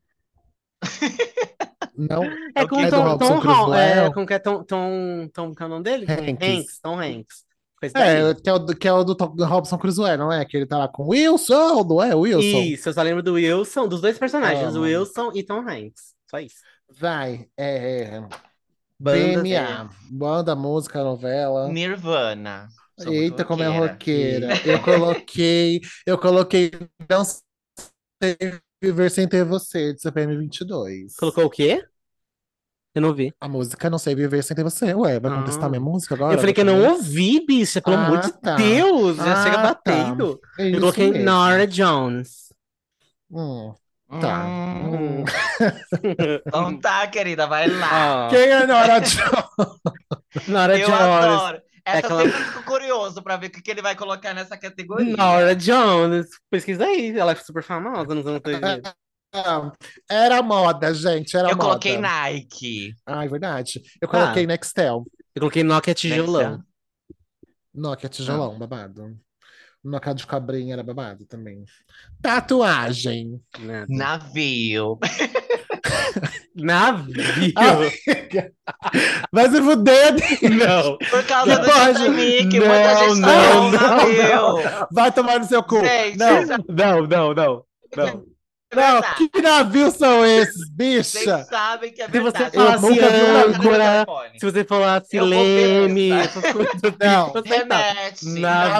C: Não?
A: É
B: o
A: com
B: que
A: o
B: é do
A: Tom,
C: Robson
A: Tom, Hon-
C: Crusoe?
A: é, com que é Tom, Tom, Tom, que é o nome dele?
C: Hanks.
A: Hanks, Tom Hanks. assim. Foi esse daí.
C: É, que é o, do- que é o do, Tom- do Robson Crusoe, não é? Que ele tá lá com Wilson, não é? Wilson.
A: Isso, eu só lembro do Wilson, dos dois personagens,
C: Amo.
A: Wilson e Tom Hanks. Só isso.
C: Vai, é, é, é.
A: Bandas,
C: BMA. Banda, música, novela.
B: Nirvana. Sou muito
C: Eita, como é
B: roqueira.
C: roqueira. Eu coloquei, eu coloquei não sei viver sem ter você, de CPM 22.
A: Colocou o quê? Eu não vi.
C: A música não sei viver sem ter você. Ué, vai
A: Ah.
C: contestar minha música agora?
A: Eu falei que eu não ouvi, bicha, pelo amor
C: Ah,
A: de
C: tá.
A: Deus, já
C: Ah,
A: chega
C: tá.
A: batendo.
C: É
A: Eu
C: isso
A: coloquei
C: mesmo.
A: Nora Jones.
C: Hum, tá.
B: Hum,
C: Hum.
B: então tá, querida, vai lá.
C: Quem é Nora Jones?
A: Ah. Nora
B: Eu
A: Jones.
C: É
B: adoro. Essa
A: aquela-
B: eu sempre fico curioso pra ver o que, que ele vai colocar nessa categoria.
C: é
A: Nora Jones. Pesquisa aí, ela é super famosa nos anos 2000.
C: Ah, Era moda, gente, era
B: eu
C: moda.
B: coloquei Nike.
C: Ah, é verdade. Eu coloquei
A: Ah.
C: Nextel.
A: Eu coloquei Nokia Tijolão.
C: Nokia tijolão,
A: Ah.
C: babado. Nokia de cabrinha era babado também. Tatuagem.
A: Nada.
B: Navio.
A: Navio.
C: Vai se fuder,
A: Ah, não.
B: Por causa do
C: Pode.
B: Titanic,
A: Não,
B: muita gente
A: não,
B: falou
C: não,
B: navio.
C: Vai tomar no seu cu.
B: Gente,
C: não,
B: isso
A: Não, não, não. Não.
B: é
C: não.
B: verdade.
C: Que navio são esses,
B: Vocês
C: bicha?
B: sabem que é
A: Se você
B: verdade.
A: falar
C: Eu nunca vi um
B: Coloca no
A: âncora,
B: telefone.
A: Se você falasse
B: Eu vou
A: Leme,
B: pensar.
A: essas coisas, assim, eu
C: Não.
A: vou aceitar.
B: Remete,
A: Navio.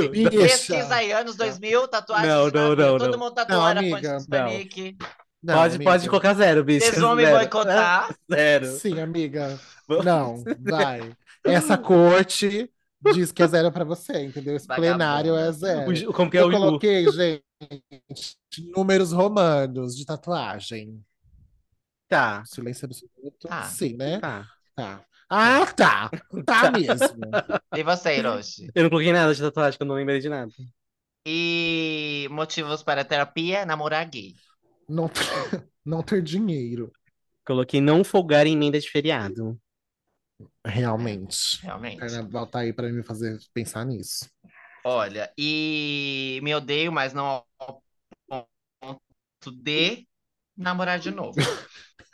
B: remete.
C: Bicha.
B: Pesquisa aí, anos 2000, tatuagem
A: Não,
B: de
A: não,
B: navio.
A: não,
B: Todo
A: não.
B: mundo tatuado
C: Não,
B: era fã
C: amiga,
B: de Titanic.
C: Não,
A: pode,
C: amiga.
A: pode colocar zero, bicho.
B: Vocês vão me
A: Zero.
B: boicotar.
A: Zero.
C: Sim, amiga.
A: Vamos-
C: Não, vai. Essa corte diz que é zero pra você, entendeu? Esse
B: Vagabunda.
C: plenário é zero.
A: O Ju- como que é
C: Eu
A: o Ju?
C: coloquei, gente, números romanos de tatuagem.
A: Tá,
C: Silêncio absoluto.
B: Tá.
C: Sim, né?
A: tá.
C: Tá. Ah, tá. Tá mesmo.
B: E você, Hiroshi?
A: Eu não coloquei nada de tatuagem, que eu não lembrei de nada.
B: E motivos para terapia, namorar gay.
C: Não, não ter dinheiro,
A: Coloquei não folgar em emenda de feriado.
C: realmente. O
B: Realmente.
C: Carnaval tá aí pra me fazer pensar nisso.
B: Olha, e me odeio, mas não ao ponto de namorar de novo.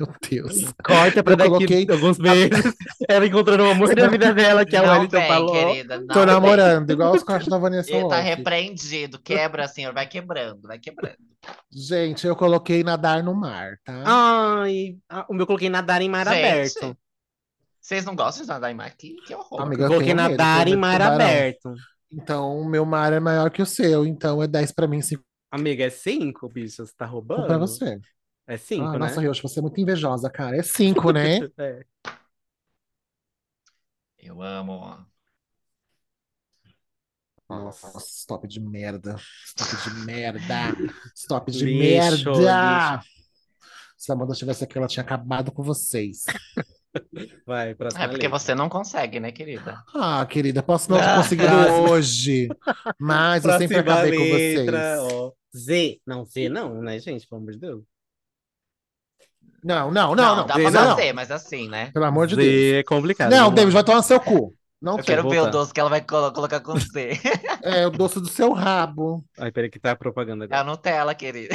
C: Meu Deus.
A: Corta pra
C: Eu
A: daqui
C: coloquei-
A: alguns meses. ela encontrando o amor da vida dela, que a
B: Não
A: Wellington
B: vem,
A: falou.
B: querida, não
C: Tô
B: vem.
C: namorando, igual os cortes da Vanessa
B: Ele tá
C: Wolff.
B: repreendido, quebra, senhor, vai quebrando, vai quebrando.
C: Gente, eu coloquei nadar no mar, tá?
A: Ai, ah, o meu eu coloquei nadar em mar
B: Gente,
A: aberto.
B: Vocês não gostam de nadar em mar? Que, que horror.
C: Amiga,
A: Eu coloquei
C: tenho medo,
A: nadar
C: tenho
A: em
C: medo de
A: mar
C: tubarão.
A: aberto.
C: Então, o meu mar é maior que o seu, então é 10 pra mim, 5
A: Amiga, é cinco, bicho, você tá roubando?
C: pra você.
A: É cinco,
C: ah,
A: né?
C: nossa, Yoshi, você é muito invejosa, cara. É 5, né?
A: É.
B: Eu amo. ó.
C: Nossa, stop de merda. Stop de merda. Stop de
A: Lixo,
C: merda. Se a Amanda tivesse aqui, ela tinha acabado com vocês.
A: Vai, próxima
B: É porque
A: letra.
B: você não consegue, né, querida?
C: Ah, querida, posso não ter
B: Ah,
C: conseguido
A: próxima.
C: hoje, mas eu sempre
A: Próxima
C: acabei
A: letra,
C: com vocês.
A: ó. Z. Não, Z não, né, gente? Pelo amor de Deus.
C: Não, não, não, não.
B: dá
A: Zê,
B: pra
C: não,
B: fazer, mas assim, né?
C: Pelo amor de
A: Z
C: Deus.
A: é complicado.
C: Não,
A: vamos lá.
C: David, vai tomar no seu cu. Não
B: Eu
A: Deixa
C: tem.
A: eu
B: quero ver o
A: voltar.
B: doce que ela vai colo- colocar com você.
C: É o doce do seu rabo.
A: Ai, peraí, que tá a propaganda
B: É
A: agora.
B: a Nutella, querida.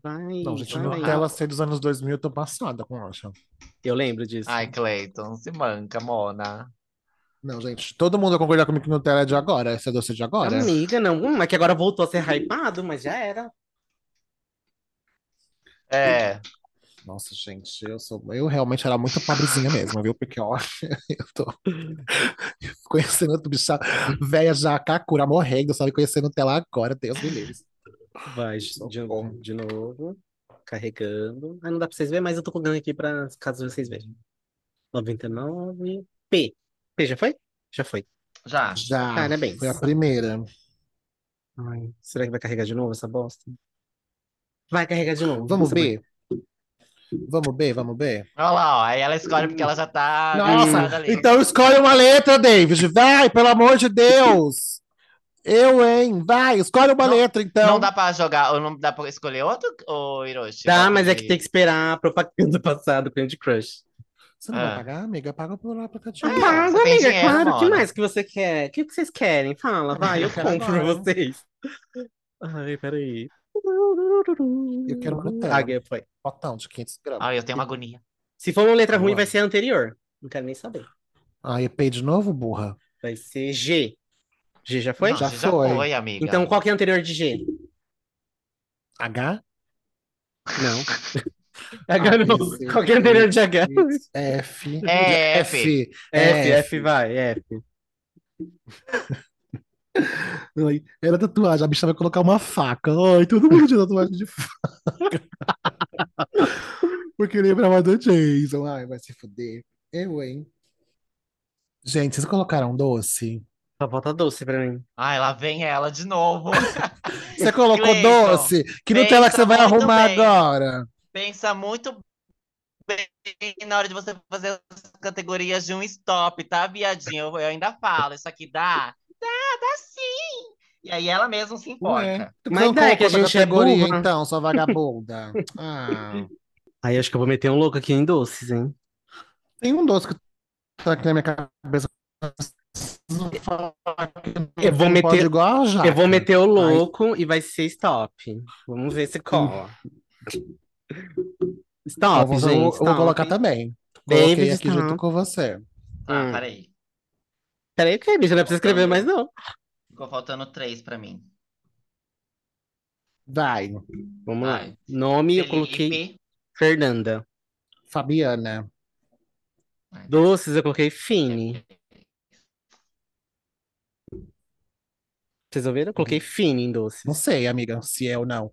A: Vai,
C: Não, gente,
A: vai.
C: Nutella ser dos anos 2000, eu tô passada com rocha.
A: Eu lembro disso.
B: Ai, Cleiton, se manca, mona.
C: Não, gente, todo mundo vai concordar comigo que Nutella é de agora. Esse é doce de agora. Uhum.
A: Amiga, não. Hum, é que agora voltou a ser hypado, mas já era.
B: É.
C: Nossa, gente, eu sou, eu realmente era muito pobrezinha mesmo, viu? Porque, ó, eu tô conhecendo outro bicho, velha já, Kakura, morrendo, só me conhecendo até lá agora, Deus me livre.
A: Vai, de,
C: Socorro.
A: de novo. Carregando. Ah, não dá pra vocês verem, mas eu tô colocando aqui pra caso vocês vejam. 99. P. P já foi? Já foi.
B: Já.
C: Já,
A: Parabéns.
C: foi a primeira.
A: Ai, será que vai carregar de novo essa bosta? Vai carregar de novo.
C: Vamos
A: Essa
C: B? Vamos B, vamos B?
B: Olha lá, ó. Aí ela escolhe porque ela já tá
C: Nossa,
B: habilitada ali.
C: então escolhe uma letra, David, vai, pelo amor de Deus! Eu, hein? Vai, escolhe uma
B: Não-
C: letra,
B: Não
C: então.
B: dá pra jogar, ou não dá pra escolher outro, ô Hiroshi?
A: Tá,
B: Qual
A: mas é que tem que esperar a propaganda passada do Candy Crush.
C: Você não vai
B: Ah.
C: pagar, amiga? Paga pelo aplicativo.
B: Ah, pago,
A: Pago,
B: tem
A: Tá amiga,
B: dinheiro,
A: claro. O que
B: Mona.
A: mais que você quer? O que que vocês querem? Fala, vai, eu
C: Eu quero
A: compro pra
C: agora.
A: vocês. Ai, peraí.
C: Eu quero Nutella.
A: Ah, Gui, foi.
C: Botão de 500 gramas.
B: Ai, eu tenho uma agonia.
A: Se for uma letra ruim,
C: Boa.
A: vai ser a anterior. Não quero nem saber.
C: Ah, EP de novo, burra?
A: Vai ser G. G já foi?
B: Não,
C: Já
B: já,
C: foi.
B: foi. amiga.
A: Então, qual que é a anterior de G?
C: H?
A: Não. H não.
C: B, C,
A: Qual que é a anterior de H?
C: F.
B: É, F.
C: F.
A: F, F, vai, é. F.
C: Ai, Era tatuagem. A bicha vai colocar uma faca. Ai, todo mundo tinha tatuagem de faca. Porque lembrava do Jason. Ai, vai se fuder. Eu, hein? Gente, vocês colocaram doce?
A: Só falta doce pra mim.
B: Ai, lá vem ela de novo.
C: Você colocou
B: Cleiton,
C: doce? Que Nutella que você
B: pensa
C: vai
B: muito
C: arrumar
B: bem.
C: agora?
B: Pensa muito bem na hora de você fazer as categorias de um stop, tá, viadinho? Eu, eu ainda falo, isso aqui dá? Dá, dá sim! E aí ela mesma se importa.
A: Mas
C: Não
A: daí que a
C: colocou na
A: gente é
C: categoria,
A: burra.
C: então, sua vagabunda. Ah.
A: Aí acho que eu vou meter um louco aqui em doces, hein?
C: Tem um doce que tá aqui na minha cabeça. Não fala que
A: Eu vou
C: É, não
A: meter-
C: pode igual a jaca.
A: Eu vou meter o louco e vai ser stop. Vamos ver se cola.
C: Eu
A: Stop,
C: vou, Então, eu
A: gente.
C: vou- eu vou
A: stop.
C: colocar também. Coloquei
A: David
C: aqui junto
A: Stop.
C: com você.
B: Tá,
A: Hum.
B: peraí.
A: Peraí, que bicho, não é pra você escrever mais, não.
B: Ficou faltando três pra mim.
C: Vai,
A: Vamos lá.
B: Vai.
A: Nome, eu coloquei
B: Felipe.
A: Fernanda.
C: Fabiana.
A: Doces, eu coloquei Fini. Vocês ouviram? Eu
C: Uhum.
A: coloquei Fini em doces.
C: Não sei, amiga, se é ou não.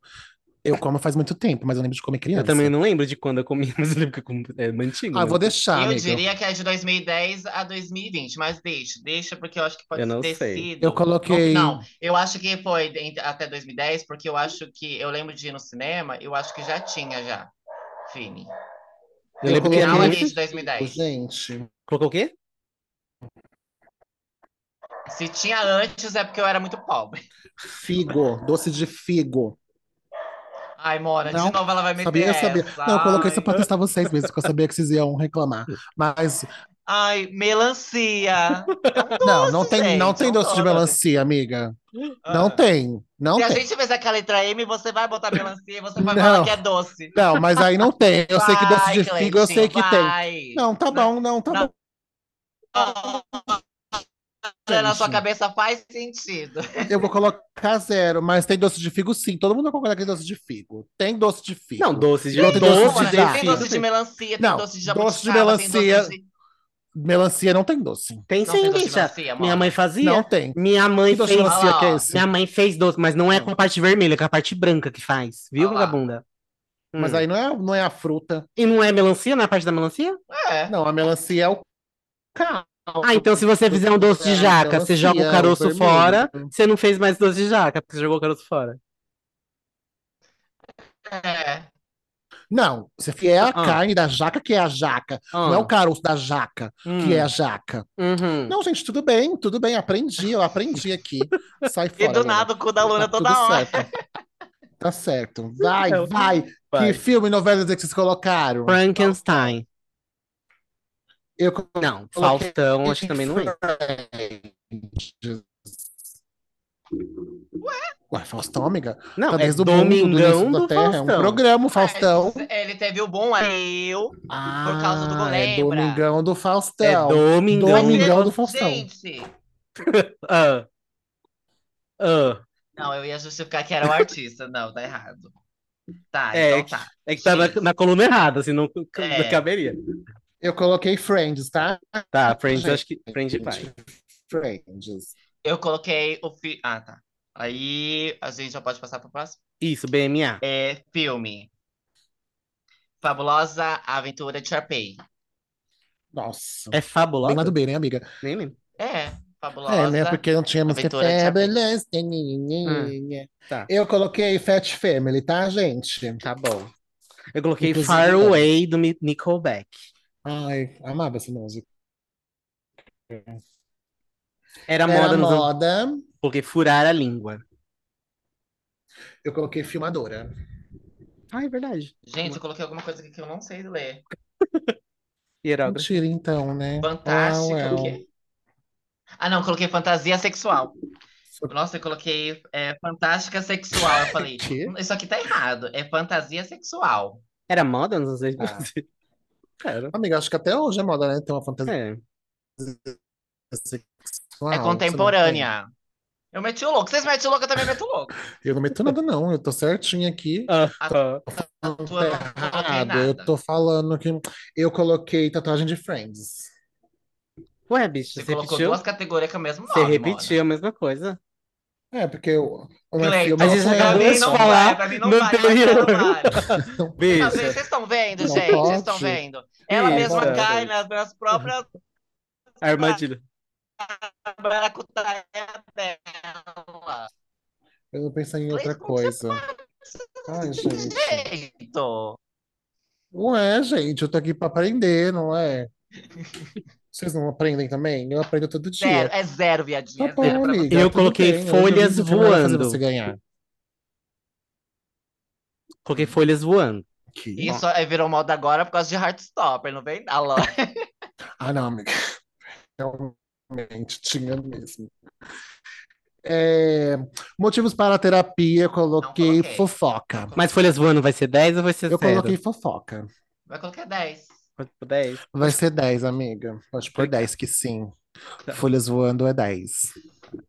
C: Eu como faz muito tempo, mas eu lembro de comer
A: Eu
C: criança.
A: também não lembro de quando eu comi, mas eu lembro que eu comi. É mantinho.
C: Ah, eu
A: né?
C: vou deixar,
B: Eu
C: amiga.
B: diria que é de 2010 a 2020, mas deixa, deixa, porque eu acho que pode
A: Eu não
B: ter
A: sei.
B: sido.
C: Eu coloquei.
B: Não, eu acho que foi em- até 2010, porque eu acho que. Eu lembro de ir no cinema, eu acho que já tinha já. Fini.
A: Eu lembro que
C: coloquei-
A: era
B: Final ali
A: muito.
B: é de 2010.
C: Gente,
A: Colocou o quê?
B: Se tinha antes, é porque eu era muito pobre.
C: figo, doce de figo.
B: Ai, Mona,
C: Não,
B: de novo ela vai meter
C: Sabia, sabia.
B: essa.
C: Não, eu coloquei
B: Ai.
C: isso pra testar vocês mesmo, porque eu sabia que vocês iam reclamar. Mas
B: Ai, melancia. É um
C: Não, não tem, não
B: gente,
C: tem
B: é um
C: doce de
B: doce.
C: melancia, amiga. Não
B: Ah.
C: tem, não
B: Se a
C: tem.
B: gente fizer com a letra M, você vai botar melancia e você vai
C: Não.
B: falar que é doce.
C: Não, mas aí não tem. Eu sei que doce de
B: Vai,
C: figo, eu sei que
B: Cleitinho,
C: tem.
B: vai.
C: Não, tá bom, não, tá
B: Não.
C: bom.
B: Olha, na sua
C: Gente.
B: cabeça faz sentido.
C: Eu vou colocar zero, mas tem doce de figo, sim. Todo mundo vai colocar que tem doce de figo. Tem doce de figo.
A: Não, doce de
C: Não, tem doce
A: doce
B: Mona,
A: de
C: da-
B: tem
A: figo.
B: doce de melancia, tem
C: Não,
B: doce de
C: doce de
B: jabuticaba, tem
C: melancia.
B: doce de...
C: Melancia não tem doce.
A: Tem
B: Não tem
A: sim,
B: doce de
A: bicha.
B: melancia,
A: Minha
B: Mona.
A: mãe fazia.
C: Não tem.
A: Minha
C: Que
A: mãe
C: doce de
A: fez.
C: melancia que é
B: Olha lá,
C: esse?
A: Minha mãe fez doce, mas não é com a parte vermelha, é com a parte branca que faz, viu,
B: Ah lá.
A: vagabunda?
C: Mas
A: Hum.
C: aí não é, não é a fruta.
A: E não é melancia? Não é a parte da melancia?
B: É.
C: Não, a melancia é o caroço.
A: Ah, então se você fizer um doce de
C: É,
A: jaca, você
C: melancia,
A: joga o
C: o
A: caroço
C: vermelho.
A: fora, você não fez mais doce de jaca, porque você jogou o caroço fora.
B: é.
C: Não, você é a
A: Ah.
C: carne da jaca que é a jaca. Não é o caroço da jaca
A: Hum.
C: que é a jaca.
A: Uhum.
C: Não, gente, tudo bem, tudo bem, aprendi, eu aprendi aqui. Sai fora.
B: E do
C: Luna.
B: nada o cu da Luna
C: tá
B: toda
C: tudo
B: hora.
C: certo. Tá certo. Vai,
A: Eu-
C: vai.
A: Vai.
C: Que filme e novela que vocês colocaram?
A: Frankenstein.
C: Eu
A: Não,
C: Coloquei
A: Faustão, acho que também não é.
C: Friends. Ué, Faustão, amiga?
A: Não,
C: Tá
A: é
C: desde o mundo, do
A: Domingão
C: início da
A: do
C: Terra. É um
A: Faustão.
C: programa, o Faustão.
B: É, Ele teve o bom aí. Eu. por causa do
C: Ah, é
B: Lembra?
C: Domingão do
A: É
C: Faustão.
A: Domingão.
C: Domingão.
B: Mas ele-
C: do Faustão.
B: Gente,
A: Ah. Ah.
B: não, eu ia justificar que era um artista. Não, tá errado. Tá,
A: É,
B: então tá.
A: É que tá na,
B: Gente.
A: na coluna errada, assim, não, não
B: É.
A: caberia.
C: Eu coloquei Friends, tá?
A: Tá, Friends,
C: Gente.
A: acho que Friends vai.
C: Friends.
B: Eu coloquei o fi... Ah, tá. Aí a gente já pode passar pro próximo.
A: Isso, BMA.
B: É filme. Fabulosa Aventura de Sharpay.
C: Nossa.
A: É
C: Bem lá
A: fabulosa?
C: do bem, né, amiga?
A: Nem lembro.
B: É,
C: É, né?
B: Fabulosa.
C: Porque não tinha música
B: Aventura de Chapin.
C: Fabulous. né?
A: Tá.
C: Eu coloquei Fat Family, tá, gente?
A: Tá bom. Eu coloquei
C: Inclusive,
A: Far
C: tá.
A: Away do Mi- Nickelback.
C: Ai, amava essa música.
A: Era
C: Era
A: moda nos anos.
C: moda.
A: Porque furar a língua.
C: Eu coloquei filmadora.
A: Ah, é verdade.
B: Gente, eu coloquei alguma coisa aqui que eu não sei ler. Tá,
A: Hierógrafo.
C: Mentira, então, né?
B: Fantástica,
C: Ah, well.
B: o quê? Ah, não, coloquei fantasia sexual. Nossa, eu coloquei é, fantástica sexual. Eu falei,
C: Quê?
B: isso aqui tá errado. É fantasia sexual.
A: Era moda nos anos 80? Era.
C: Amiga, acho que até hoje é moda, né? Tem uma fantasia
A: É.
C: sexual.
B: É
C: Ah, você não
B: contemporânea. Eu meti o louco. Vocês metem o louco, eu também meto o louco.
C: tem. Eu não meto nada, não. Eu tô certinho aqui.
A: Ah,
C: Não
B: tua
C: tá
B: eu não coloquei
C: errado.
B: nada.
C: Eu tô falando que eu coloquei tatuagem de Friends.
A: Ué, bicho,
B: Você
A: você,
B: colocou
A: repetiu?
B: duas né? categorias com o mesmo
A: Você
B: nome,
A: repetiu a mesma coisa.
C: É, porque eu, o meu
B: Cleiton,
C: filme é
A: Mas isso
C: não
B: pra
A: acabou
B: mim
A: de
B: não
A: falar
B: vale, pra mim não
A: no
B: vale, mas
A: anterior.
B: ela vale. Não,
A: Bicho.
B: Vocês vocês estão vendo,
C: Não
B: gente? Vocês
C: pode. É.
B: estão vendo? Ela
A: Isso.
B: mesma cai nas, nas próprias
A: Armadilha.
B: maracutaias dela.
C: Eu não pensei em outra
B: Cleiton, como que
C: coisa. Ai, gente.
B: Jeito.
C: Ué, gente, eu tô aqui pra aprender, não é? Vocês não aprendem também? Eu aprendo todo
B: Zero,
C: dia.
B: é zero, viadinha.
C: Tá
B: é
C: bom,
B: zero pra você.
C: amiga,
A: Eu
C: tudo
A: coloquei
C: bem. Hoje
A: folhas
C: eu vim aqui pra fazer
A: voando.
C: você ganhar.
A: Coloquei folhas voando.
C: Que?
B: Isso é, virou moda agora por causa de Heartstopper, não vem? Ah, lá.
C: Ah, não, amiga. Realmente, tinha mesmo. É, motivos para a terapia, eu coloquei
B: coloquei.
C: fofoca.
A: Mas folhas voando vai ser 10 ou vai ser
C: Eu
A: 0?
C: coloquei fofoca.
B: Vai colocar 10.
A: Pode pôr 10.
C: Vai ser 10, amiga. Pode pôr 10 que sim. Folhas voando é 10.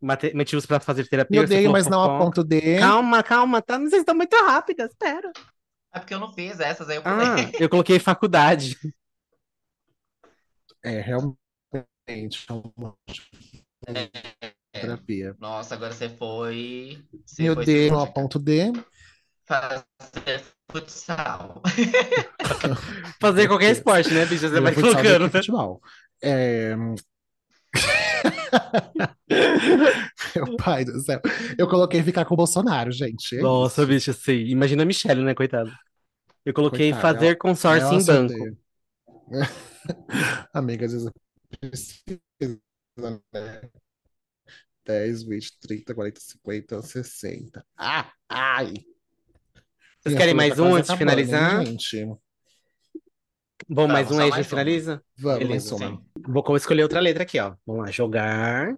A: Mate- Motivos pra fazer terapia.
C: Me
A: você
C: odeio, mas não
A: colocou
C: a
A: ponto.
C: ponto de.
A: Calma, calma, tá? Vocês estão muito rápidas, espera.
B: É porque eu não fiz essas, aí eu pulei.
A: Ah, eu coloquei faculdade.
C: É, realmente. é um monte de Terapia.
B: Nossa, agora você foi. Você
C: Me
B: foi
C: odeio, não a
B: cirúrgica.
C: ponto de.
B: Fazer futsal.
A: Fazer qualquer esporte, né, bicho? Você
C: Eu
A: vai
C: futsal do
A: colocando.
C: que futebol. É... Meu pai do céu. Eu coloquei ficar com o Bolsonaro, gente.
A: Nossa, bicho, assim. Imagina a Michelle, né, coitada? Eu coloquei
C: Coitada,
A: fazer consórcio
C: Ela
A: em
C: se
A: banco.
C: odeia. É um Amiga, às vezes precisa, né? 10, 20, 30, 40, 50, 60. Ah, ai!
A: Vocês
C: Minha
A: querem
C: fila
A: mais
C: tá
A: um
C: quase
A: antes de
C: acabando, hein,
A: finalizar?
C: gente?
A: Bom, mais
B: Vamos,
A: um
B: só
A: aí, já
B: mais um.
A: finaliza?
C: Vamos,
A: Beleza,
C: uma.
B: sim.
A: Vou co- escolher outra letra aqui, ó. Vamos lá, jogar.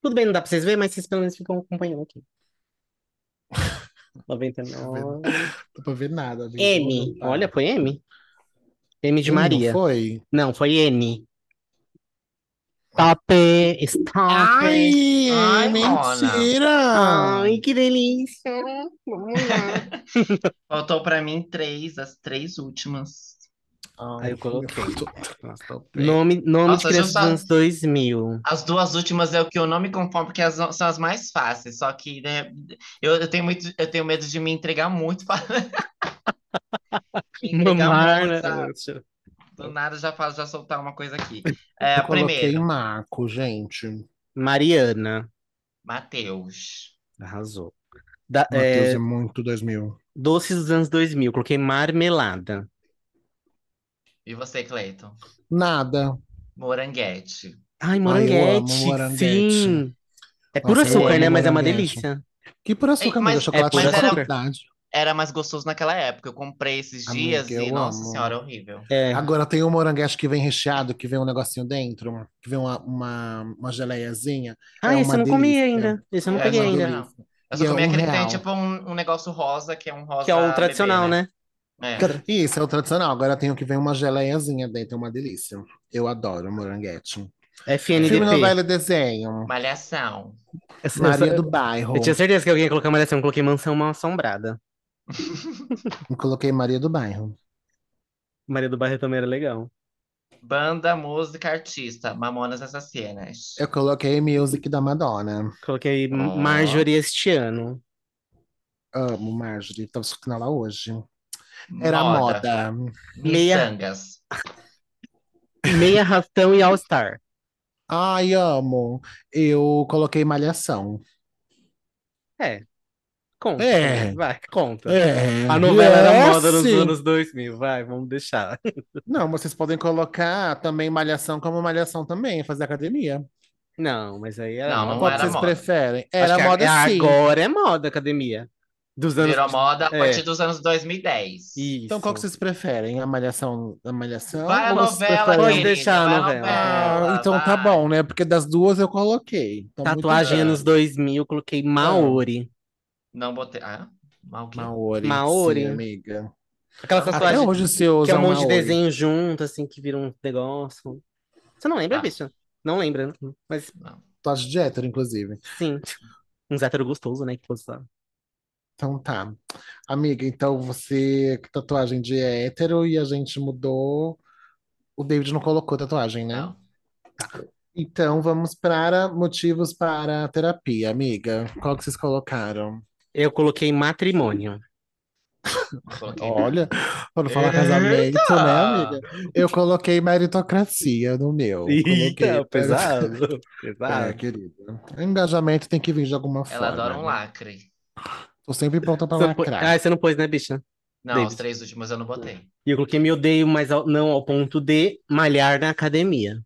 A: Tudo bem, não dá pra vocês verem, mas vocês pelo menos ficam acompanhando aqui. 99.
C: Não tô pra ver nada. amiga.
A: M.
C: Tá.
A: Olha, foi M? M de
C: Hum,
A: Maria.
C: Foi?
A: Não, foi N. Stop it, stop it.
C: Ai,
B: Ai,
C: mentira!
A: Ai, que delícia.
B: Faltou pra mim três, as três últimas.
C: Ai,
A: Aí eu coloquei.
C: eu tô- Nossa, tô bem.
A: Nome, nome
B: Nossa,
A: de criança
B: já
A: dos
B: tá-
A: anos 2000.
B: As duas últimas é o que eu não me conformo, porque as- são as mais fáceis. Só que né, eu, eu tenho muito, eu tenho medo de me entregar muito. fa- me entregar
A: Mamar,
B: muito,
A: né?
B: sabe? Do nada já falo, já soltar uma coisa aqui. É,
C: Eu
B: a
C: coloquei um
B: primeira,
C: Marco, gente.
A: Mariana.
B: Matheus.
A: Arrasou. Da-
C: Matheus
A: é,
C: é muito 2000.
A: doces dos anos 2000. Coloquei marmelada.
B: E você, Cleiton?
C: Nada.
B: Moranguete.
A: Ai,
C: eu amo
A: moranguete.
C: moranguete.
A: Sim. É puro
C: Nossa, eu
A: açúcar,
C: amo
A: né? Mas é uma
C: moranguete.
A: delícia.
C: Que por açúcar,
B: Ei, mas-
C: amiga, chocolate
A: é, mas
C: da
A: era-
C: faculdade.
B: Era mais gostoso naquela época. Eu comprei esses
C: Amiga,
B: dias e,
C: eu
B: nossa
C: amo.
B: senhora, é horrível.
A: É.
C: Agora tem o moranguete que vem recheado, que vem um negocinho dentro, que vem uma, uma, uma geleiazinha.
A: Ah,
C: é
A: esse
C: uma
A: eu não comi
C: delícia.
A: ainda. Esse eu não
B: É,
A: peguei
B: uma
A: ainda.
B: delícia. Eu
C: E
B: só
C: é
B: comi
C: um
B: aquele que tem
C: real.
B: tipo um, um negócio rosa, que é um rosa
A: Que é o
B: bebê,
A: tradicional, né?
B: É.
C: E Isso é o tradicional. Agora tem o que vem uma geleiazinha dentro, é uma delícia. Eu adoro moranguete.
A: né?
C: Filme,
A: FNDP.
C: novela e desenho.
B: Malhação.
A: Essa-
C: Maria
A: essa-
C: do Bairro.
A: Eu tinha certeza que alguém ia colocar Malhação. eu Coloquei Mansão Mal Assombrada.
C: Eu coloquei Maria do Bairro.
A: Maria do Bairro também era legal.
B: Banda, música, artista. Mamonas Assassinas.
C: Eu coloquei Music da Madonna.
A: Coloquei
B: Ó.
A: Marjorie este ano.
C: Amo Então, Marjorie. Tava escutando ela hoje. Era moda.
A: Meia-
B: Miçangas.
A: Meia Rastão e All Star.
C: Ai, amo. Eu coloquei Malhação.
A: É. Conta.
C: É.
A: Vai, conta.
C: É.
A: A novela era
C: É,
A: moda nos
C: sim.
A: anos 2000. Vai, vamos deixar.
C: Não, vocês podem colocar também Malhação como Malhação também, fazer academia.
A: Não, mas aí era
B: Não,
A: moda.
C: Qual que
B: era
C: vocês
B: moda.
C: preferem?
A: Acho
C: Era
A: que a-
C: moda
A: é,
C: sim.
A: Agora é moda, academia. Dos anos.
B: Virou moda a
A: É.
B: partir dos anos 2010.
A: Isso.
C: Então qual que vocês preferem? A Malhação, a Malhação
B: Vai a
C: ou vocês
B: novela,
C: preferem...
A: Pode
B: querida.
A: deixar a
B: vai
A: novela.
C: Ah, então
B: vai.
C: tá bom, né? Porque das duas eu coloquei. Então, muito
A: Tatuagem
C: bem.
A: anos 2000, coloquei Maori.
B: Não botei. Ah, mal que.
C: Maori,
A: Maori.
C: sim, amiga.
A: Aquela
C: Até
A: tatuagem
C: hoje se usa
A: que é um monte de
C: Maori.
A: desenho junto, assim, que vira um negócio. Você não lembra,
B: Ah.
A: bicho? Não lembra, né? mas
C: Tatuagem de hétero, inclusive.
A: sim. Uns hétero gostoso, né? Que todos lá.
C: Então tá. Amiga, então você... Tatuagem de hétero e a gente mudou... O David não colocou tatuagem, né?
B: Não.
C: Então vamos para motivos para a terapia, amiga. Qual que vocês colocaram?
A: Eu coloquei matrimônio.
B: não coloquei.
C: Olha, para não falar
B: Eita!
C: casamento, né, amiga? Eu coloquei meritocracia no meu. Coloquei-
A: Eita, pesado.
C: É,
A: pesado.
C: querida. Engajamento tem que vir de alguma forma.
B: Ela adora um lacre.
C: Tô sempre pronta pra
A: Você não pô-
C: lacrar.
A: Ah, você não pôs, né, bicha?
B: Não,
A: Davis.
B: os três últimos eu não botei.
A: E eu coloquei me odeio, mas ao- não ao ponto de malhar na academia.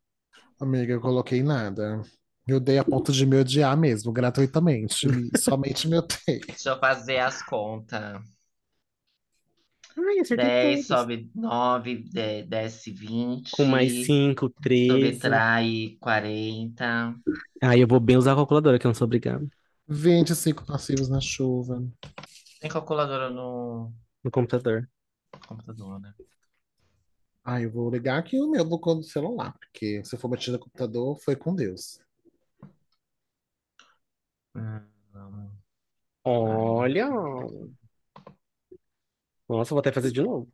C: Amiga, eu coloquei nada. Eu dei a ponto de me odiar mesmo, gratuitamente. Somente me odeio.
B: Deixa eu fazer as contas.
A: Ai, acertei
B: 10
A: todos.
B: sobe 9, 10, desce 20.
A: Com mais 5, 13.
B: Subtrai 40.
A: Aí eu vou bem usar a calculadora, que eu não sou obrigado.
C: 25 passivos na chuva.
B: Tem calculadora no
A: No computador.
B: computador, né?
C: Ah, eu vou ligar aqui o meu do celular, porque se eu for batido no computador, foi com Deus.
B: Hum,
A: Olha! Nossa, eu vou até fazer de novo.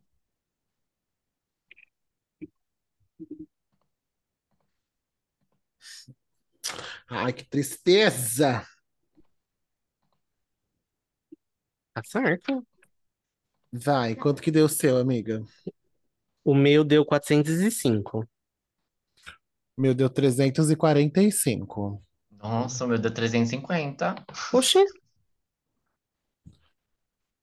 C: Ai, que tristeza!
A: Tá certo.
C: Vai, quanto que deu o seu, amiga?
A: O meu deu 405.
C: Meu, deu 345.
B: Nossa, o meu deu 350.
A: Oxê!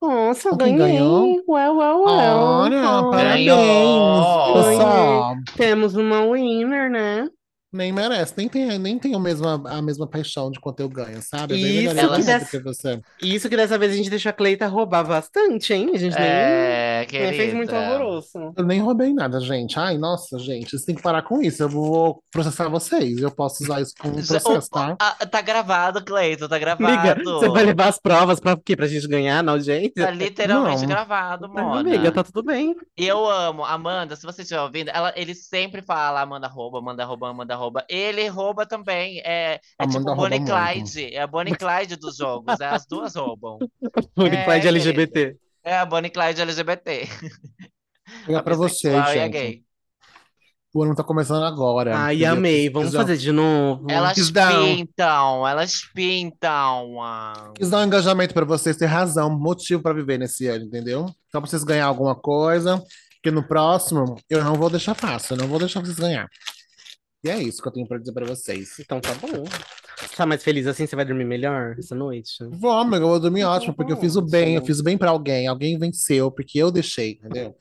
A: Nossa, eu
C: Alguém
A: ganhei!
C: ganhou?
A: Ué, ué, ué!
C: Olha,
A: Ah,
C: parabéns!
B: Ganhou!
C: Pessoal,
A: Temos uma winner, né?
C: nem merece, nem tem, nem tem o mesmo, a mesma paixão de quanto eu ganho, sabe? É bem
A: Isso,
C: melhor eu
B: que
C: ganhar
A: des-
C: do que você.
A: Isso que dessa vez a gente deixou a Cleita roubar bastante, hein? A gente nem,
B: É,
A: nem fez muito
B: querida.
A: alvoroço.
C: Eu nem roubei nada, gente. Ai, nossa, gente, vocês têm que parar com isso. Eu vou processar vocês. Eu posso usar isso como um
B: Já-
C: processo, tá?
B: Ah, tá gravado, Cleiton, tá
A: Amiga,
B: gravado.
A: você vai levar as provas pra quê? Pra gente ganhar na audiência?
B: Tá literalmente
C: Não.
B: gravado,
A: Não,
B: mona.
A: amiga, tá tudo bem.
B: E eu amo, Amanda, se você estiver ouvindo, ela, ele sempre fala Amanda rouba, Amanda rouba, Amanda rouba. Ele rouba também, é, é
C: Amanda
B: tipo
C: rouba
B: Bonnie
C: muito.
B: Clyde, é a Bonnie Clyde dos jogos, é, as duas roubam.
A: Bonnie
B: É,
A: Clyde
B: querida.
A: LGBT.
B: É a Bonnie Clyde LGBT.
C: Vou pegar
B: A
C: é pra vocês,
B: bissexual e a
C: gente.
B: é gay.
C: O ano tá começando agora.
A: Ai,
C: entendeu?
A: amei. Vamos
C: Quis dar-
A: fazer de novo.
B: Elas
C: Quis dar um-
B: pintam, elas pintam. ah.
C: Quis dar um engajamento pra vocês ter razão, motivo pra viver nesse ano, entendeu? Só pra vocês ganhar alguma coisa, porque no próximo eu não vou deixar fácil, eu não vou deixar vocês ganhar. E é isso que eu tenho pra dizer pra vocês.
A: Então tá bom. Você tá mais feliz assim? Você vai dormir melhor essa noite?
C: Vou, amiga, eu vou dormir
A: Então,
C: ótimo, porque eu
A: bom,
C: fiz o bem, eu
A: ótimo.
C: fiz o bem pra alguém, alguém venceu, porque eu deixei, entendeu?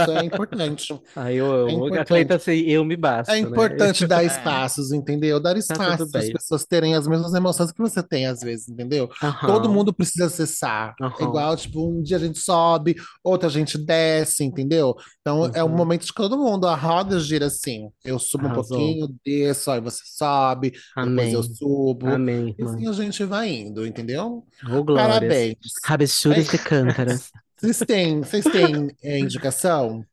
C: é importante.
A: Ai, eu amo. A
C: É importante.
A: Cleita, assim, eu me basto.
C: É
A: né? Tá
C: importante dar
B: É.
C: espaços, entendeu? Dar espaço
A: tudo
C: para as
A: bem.
C: pessoas terem as mesmas emoções que você tem, às vezes, entendeu?
A: Aham.
C: Todo mundo precisa acessar. É
A: Aham.
C: igual, tipo, um dia a gente sobe, outro a gente desce, entendeu? Então é um
A: Uhum.
C: momento de todo mundo. A roda gira assim. Eu subo
A: Arrasou.
C: um pouquinho, desço, aí você sobe, depois
A: Amém.
C: eu subo.
A: Amém,
C: E
A: irmã.
C: assim a gente vai indo, entendeu?
A: Ô, glórias.
C: Parabéns. É.
A: Rabechuras de cântaras.
C: Vocês têm, vocês têm é, indicação?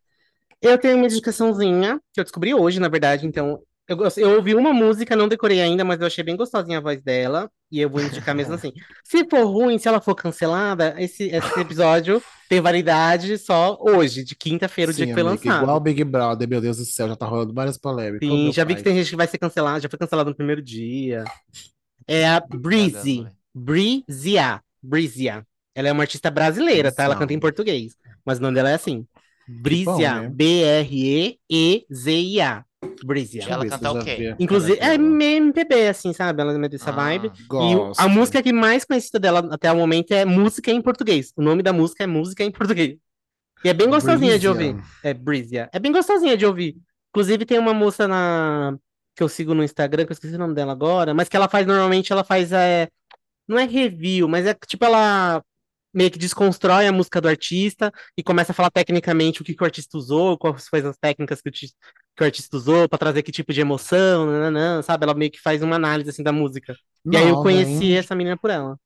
A: Eu tenho uma indicaçãozinha que eu descobri hoje, na verdade. Então, Eu, gosto- eu ouvi uma música, não decorei ainda, mas eu achei bem gostosinha a voz dela. E eu vou indicar mesmo assim. Se for ruim, se ela for cancelada, esse, esse episódio tem validade só hoje, de quinta-feira, o dia
C: Sim,
A: que foi
C: amiga,
A: lançado.
C: igual o Big Brother, meu Deus do céu, já tá rolando várias polêmicas.
A: Sim,
C: meu
A: já vi que
C: pai.
A: tem gente que vai ser cancelada, já foi cancelada no primeiro dia. É a Breezy. Breezia. Breezia. Ela é uma artista brasileira, tá? Ela canta em
C: Nossa.
A: português. Mas o nome dela é assim. Breezia.
C: né?
A: B-R-E-E-Z-I-A. Breezia.
C: Deixa eu
B: Ela
C: ver se eu
B: canta o
C: já
B: quê?
C: vi a cara
A: Inclusive, é
C: dela.
A: MPB, assim, sabe? Ela é dessa
B: Ah,
A: vibe. E o- a
C: Gosto.
A: música que mais conhecida dela até o momento é Música em Português. O nome da música é Música em Português. E é bem gostosinha de
C: Breezy.
A: ouvir. É Breezia. É bem gostosinha de ouvir. Inclusive, tem uma moça na... que eu sigo no Instagram, que eu esqueci o nome dela agora, mas que ela faz normalmente, ela faz. É... Não é review, mas é tipo ela meio que desconstrói a música do artista e começa a falar tecnicamente o que, que o artista usou, quais foram as técnicas que o, arti- que o artista usou, pra trazer que tipo de emoção, nananã, sabe? Ela meio que faz uma análise assim da música. E aí eu
C: Nova,
A: conheci
C: hein?
A: essa menina por ela.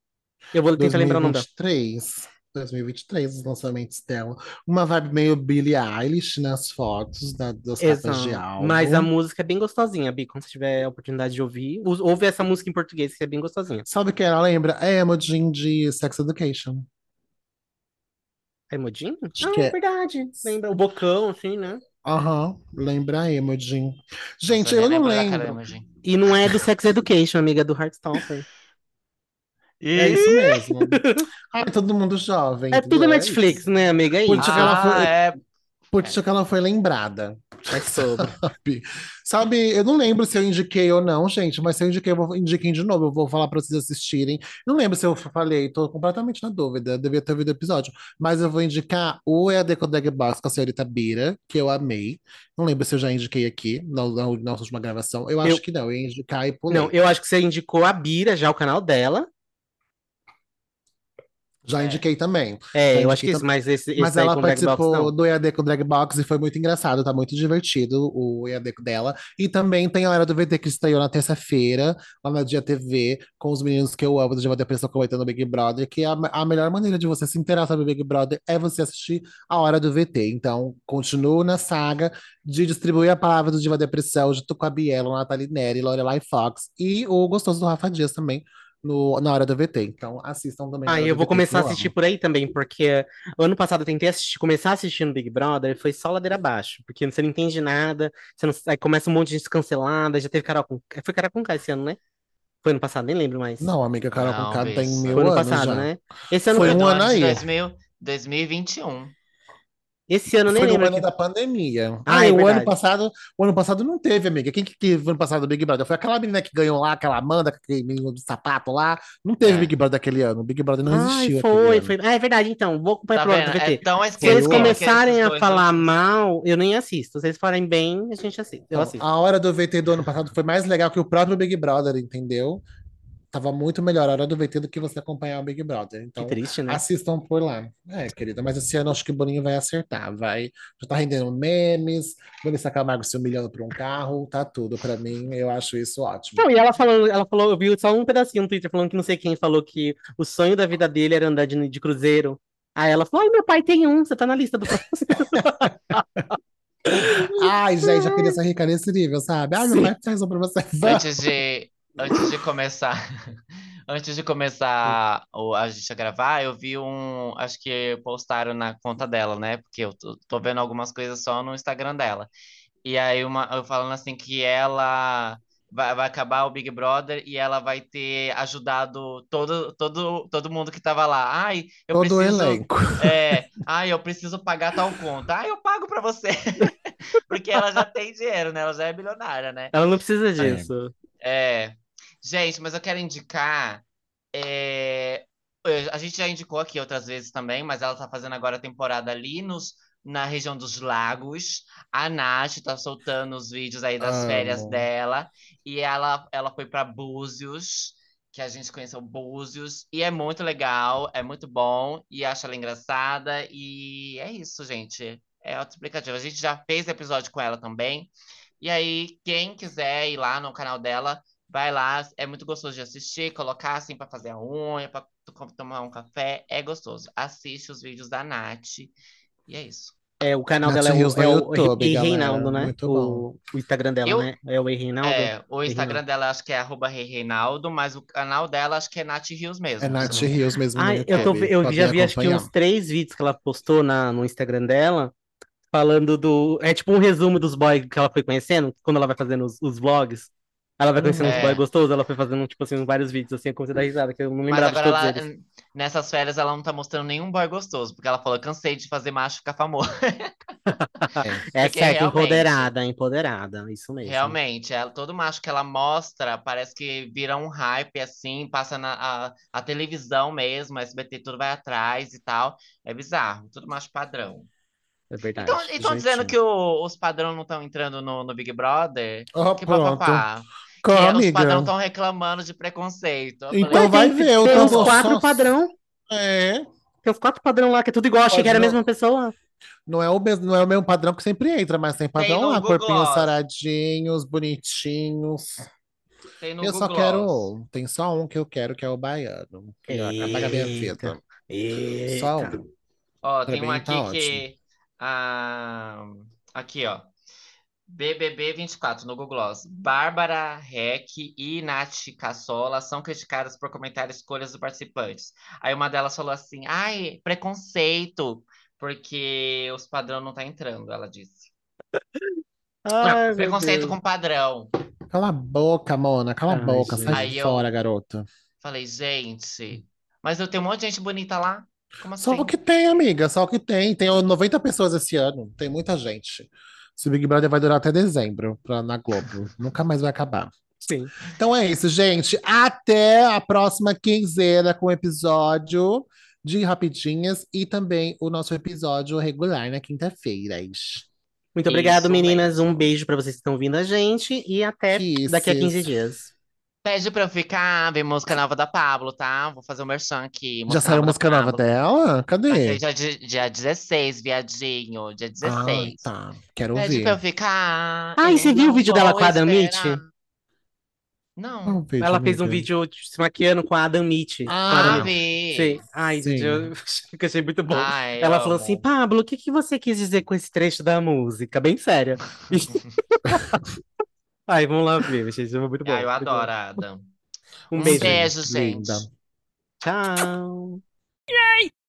A: Eu vou tentar lembrar o nome dela.
C: 2023. 2023, os lançamentos dela. Uma vibe meio Billie Eilish nas fotos, da, das capas de
A: Exato.
C: álbum.
A: Mas a música é bem gostosinha, Bi. Quando você tiver a oportunidade de ouvir, ou- ouve essa música em português, que é bem gostosinha.
C: Sabe quem ela lembra? É Emojin de Sex Education.
A: É Modinho?
C: Acho
A: Ah,
C: que
A: é
C: é.
A: verdade. Lembra o bocão, assim, né?
C: Aham, lembra a Emojin. Gente, eu
B: é
C: não lembro.
A: E não é do Sex Education, amiga, é do Heartstopper.
C: É isso mesmo. Ai, todo mundo jovem,
A: É tudo
C: entendeu? É
A: Netflix,
C: isso.
A: né, amiga? É
C: Por
A: isso.
C: isso que ela
B: Ah,
C: foi-
B: é.
C: Por isso que ela foi lembrada.
A: É sobre.
C: Sabe, eu não lembro se eu indiquei ou não, gente, mas se eu indiquei, eu vou indiquem de novo. Eu vou falar pra vocês assistirem. Não lembro se eu falei, tô completamente na dúvida, devia ter ouvido o episódio. Mas eu vou indicar o É a Decodeg Box com a senhorita Bira, que eu amei. Não lembro se eu já indiquei aqui na, na nossa última gravação. Eu acho
A: Eu-
C: que não, eu ia indicar e pulei.
A: Não, eu acho que você indicou a Bira, já o canal dela.
C: Já
B: É.
C: indiquei também.
A: É,
C: Já
A: eu acho que
C: indiquei
A: isso, mas esse, esse
C: Mas
A: aí
C: ela
A: com Black Box,
C: participou
A: não.
C: do EAD com Drag Box e foi muito engraçado, tá muito divertido o EAD dela. E também tem a Hora do VT que estreou na terça-feira, lá na Dia TV, com os meninos que eu amo, de uma depressão comentando o Big Brother, que é a, a melhor maneira de você se inteirar sobre o Big Brother é você assistir a Hora do VT. Então, continuo na saga de distribuir a palavra do Diva Depressão, junto com a Biela, Nathalie Neri, Lorelai Fox e o gostoso do Rafa Dias também. No, na hora do VT. Então assistam também. a
A: Ah,
C: Hora
A: eu
C: do
A: vou
C: VT, que
A: começar a
C: eu
A: assistir
C: amo.
A: por aí também, porque ano passado eu tentei assistir, começar assistindo Big Brother e foi só ladeira abaixo, porque você não entende nada, você não, aí começa um monte de gente cancelada, já teve Carol com, foi Carol com K esse ano, né? Foi ano passado, nem lembro mais.
C: Não, amiga, Carol
B: Não,
C: Conká tem
B: beijo.
C: mil
A: Foi ano
C: anos
A: passado,
C: já.
A: né? Esse ano,
C: Foi
A: eu-
C: um ano aí.
B: 2000, 2021.
A: esse ano eu nem
C: Foi no
A: lembro.
C: ano
A: que-
C: da pandemia.
A: Ah,
C: Ah,
A: é
C: o ano
A: verdade.
C: passado, o ano passado não teve, amiga. Quem que teve ano passado o Big Brother? Foi aquela menina que ganhou lá, aquela Amanda, aquele menino do sapato lá. Não teve
B: É.
C: Big Brother aquele ano. O Big Brother não
A: Ai,
C: existiu aquele
A: foi,
C: ano.
A: foi. Ah, é verdade, então, vou acompanhar
B: Tá
A: pro lado do
B: vendo? É
A: VT.
B: tão
A: Se eles
B: esquecido que
A: começarem
B: esses
A: a
B: dois né?
A: falar
B: últimos.
A: mal, eu nem assisto. Se eles falarem bem, a gente assiste. Eu
C: Então,
A: assisto.
C: a hora do VT do ano passado foi mais legal que o próprio Big Brother, entendeu? Tava muito melhor a hora do VT do que você acompanhar o Big Brother.
A: Que
C: Então,
A: triste, né?
C: assistam por lá. É, querida, mas esse ano acho que o Boninho vai acertar. Vai, já tá rendendo memes, Vanessa Camargo se humilhando por um carro, tá tudo pra mim. Eu acho isso ótimo.
A: Não, e ela falando, ela falou, eu vi só um pedacinho no Twitter falando que não sei quem falou que o sonho da vida dele era andar de, de cruzeiro. Aí ela falou, ai, meu pai tem um, você tá na lista do próximo.
C: Ai, gente, eu queria ser rica nesse nível, sabe? Ai, meu
A: Sim.
C: pai faz um pra você.
B: Antes de, antes de começar, antes de começar o- a gente a gravar, eu vi um, acho que postaram na conta dela, né? Porque eu tô, tô vendo algumas coisas só no Instagram dela. E aí uma, eu falando assim que ela vai, vai acabar o Big Brother e ela vai ter ajudado todo todo todo mundo que tava lá. Ai, eu
C: Todo o
B: preciso
C: elenco.
B: é, ai, eu preciso pagar tal conta. Ai, eu pago pra você. Porque ela já tem dinheiro, né? Ela já é bilionária, né?
A: Ela não precisa disso.
B: É. Gente, mas eu quero indicar. é, eu- A gente já indicou aqui outras vezes também, mas ela tá fazendo agora a temporada ali nos, na região dos lagos. A Nath tá soltando os vídeos aí das
C: Amo.
B: férias dela. E ela, ela foi pra Búzios, que a gente conheceu Búzios. E é muito legal, é muito bom. E acho ela engraçada. E é isso, gente. É auto-explicativo. A gente já fez episódio com ela também. E aí, quem quiser ir lá no canal dela, vai lá. É muito gostoso de assistir, colocar assim pra fazer a unha, pra to- tomar um café. É gostoso. Assiste os vídeos da Nath. E é isso.
A: É, o canal
C: Nath
A: dela é o,
C: Rios no
A: é o
C: YouTube,
A: Ei
C: galera,
A: Reinaldo, né?
C: muito
A: o, o Instagram dela,
B: Eu-
A: né? É o Ei Reinaldo.
B: É, o
A: Reinaldo.
B: Instagram dela acho que é arroba Rei Reinaldo, mas o canal dela acho que é Nath Rios mesmo.
C: É Nath
B: se não-
C: Rios mesmo no
A: Ai, eu, tô,
C: YouTube,
A: eu
C: podem
A: já vi acho que
C: acompanhar.
A: uns três vídeos que ela postou na, no Instagram dela, falando do. É tipo um resumo dos boys que ela foi conhecendo, quando ela vai fazendo os, os vlogs. Ela vai conhecendo uns
B: É.
A: boys gostosos, ela foi fazendo, tipo assim, vários vídeos, assim, eu comecei a dar risada, que eu não
B: Mas
A: lembrava de
B: agora
A: todos
B: ela,
A: eles.
B: n- nessas férias, ela não tá mostrando nenhum boy gostoso, porque ela falou: cansei de fazer macho ficar famoso.
A: É certo,
B: porque realmente-
A: empoderada, empoderada, isso mesmo.
B: Realmente, ela, todo macho que ela mostra parece que vira um hype assim, passa na a, a televisão mesmo, a SBT tudo vai atrás e tal. É bizarro, tudo macho padrão.
A: É verdade.
B: Então, e estão dizendo que o- os padrão não estão entrando no, no Big Brother?
C: Ó,
B: Que
C: pronto.
B: papapá. Que
C: Como,
B: os padrão tá-
C: amiga?
B: estão reclamando de preconceito. Eu
C: Então
B: falei,
A: Ué,
C: vai
A: tem-
C: ver, o
A: Tem uns
C: Tambor
A: quatro
C: Sócio.
A: padrão.
C: É,
A: Tem uns quatro padrão lá, que é tudo igual, achei
C: Pode
A: que era a
C: não-
A: mesma pessoa.
C: não é, o mesmo, não é o mesmo padrão que sempre entra, mas tem padrão
B: no
C: lá,
B: Google
C: corpinhos
B: Gloss.
C: saradinhos, bonitinhos.
B: tem no
C: Eu só
B: Google
C: quero
B: Gloss.
C: um, tem só um que eu quero, que é o baiano. Que ó, apaga a minha
A: Eita.
C: fita.
A: Eita.
C: Só um.
B: Ó,
C: Pra
B: tem um
C: mim
B: aqui
C: tá
B: que. ah, aqui, ó. BBB 24 no Google Gloss. Bárbara Reck e Nath Cassola são criticadas por comentar escolhas dos participantes. Aí uma delas falou assim: ai, preconceito, porque os padrão não tá entrando, ela disse.
A: Ai,
B: Ah,
A: meu
B: preconceito
A: Deus.
B: com padrão.
C: Cala a boca, Mona, cala a
A: Ai,
C: boca,
A: gente.
C: sai
B: Aí
C: de
B: eu-
C: fora, garota.
B: Falei, gente, mas eu tenho um monte de gente bonita lá. Como
C: Só
B: assim?
C: o que tem, amiga, só o que tem. Tem 90 pessoas esse ano, tem muita gente. Esse Big Brother vai durar até dezembro pra, na Globo. Nunca mais vai acabar.
A: Sim.
C: Então é isso, gente. Até a próxima quinzena com o episódio de Rapidinhas e também o nosso episódio regular na quinta-feira.
A: Muito obrigado,
B: Isso
A: meninas. Um beijo pra vocês que estão vindo a gente e até
C: Kisses.
A: daqui a 15 dias.
B: Pede pra eu ficar, ver música nova da Pablo, tá? Vou fazer o um merchan aqui.
C: Já saiu
B: da
C: música nova
B: Pabllo.
C: dela?
B: Vai
C: Cadê?
A: É.
B: sair dia, de- dia 16, viadinho. Dia
C: Ah,
B: 16.
C: tá. Quero
B: Pede pra eu
C: ouvir.
B: ficar.
A: Ah, e
B: eu
A: você viu o
B: não
A: vídeo dela
B: vou
A: com a Adam
B: esperar.
A: Mitty?
B: Não.
C: Qual vídeo,
A: Ela fez um
C: amiga?
A: vídeo se maquiando com a Adam Mitty. Com a Adam
B: Ah,
C: não.
A: Mitty.
B: vi.
A: Sim. Ai,
C: Sim.
A: gente, eu eu achei muito bom.
B: Ai,
A: Ela
B: eu
A: falou
B: amo.
A: assim, Pablo, o que que você quis dizer com esse trecho da música? Bem séria. Ai, vamos lá ver, gente. Foi muito bom.
B: Ai, eu
A: muito bom.
B: adoro, a Adam.
A: Um
B: Um
A: beijo.
B: beijo, gente.
C: Linda.
A: Tchau.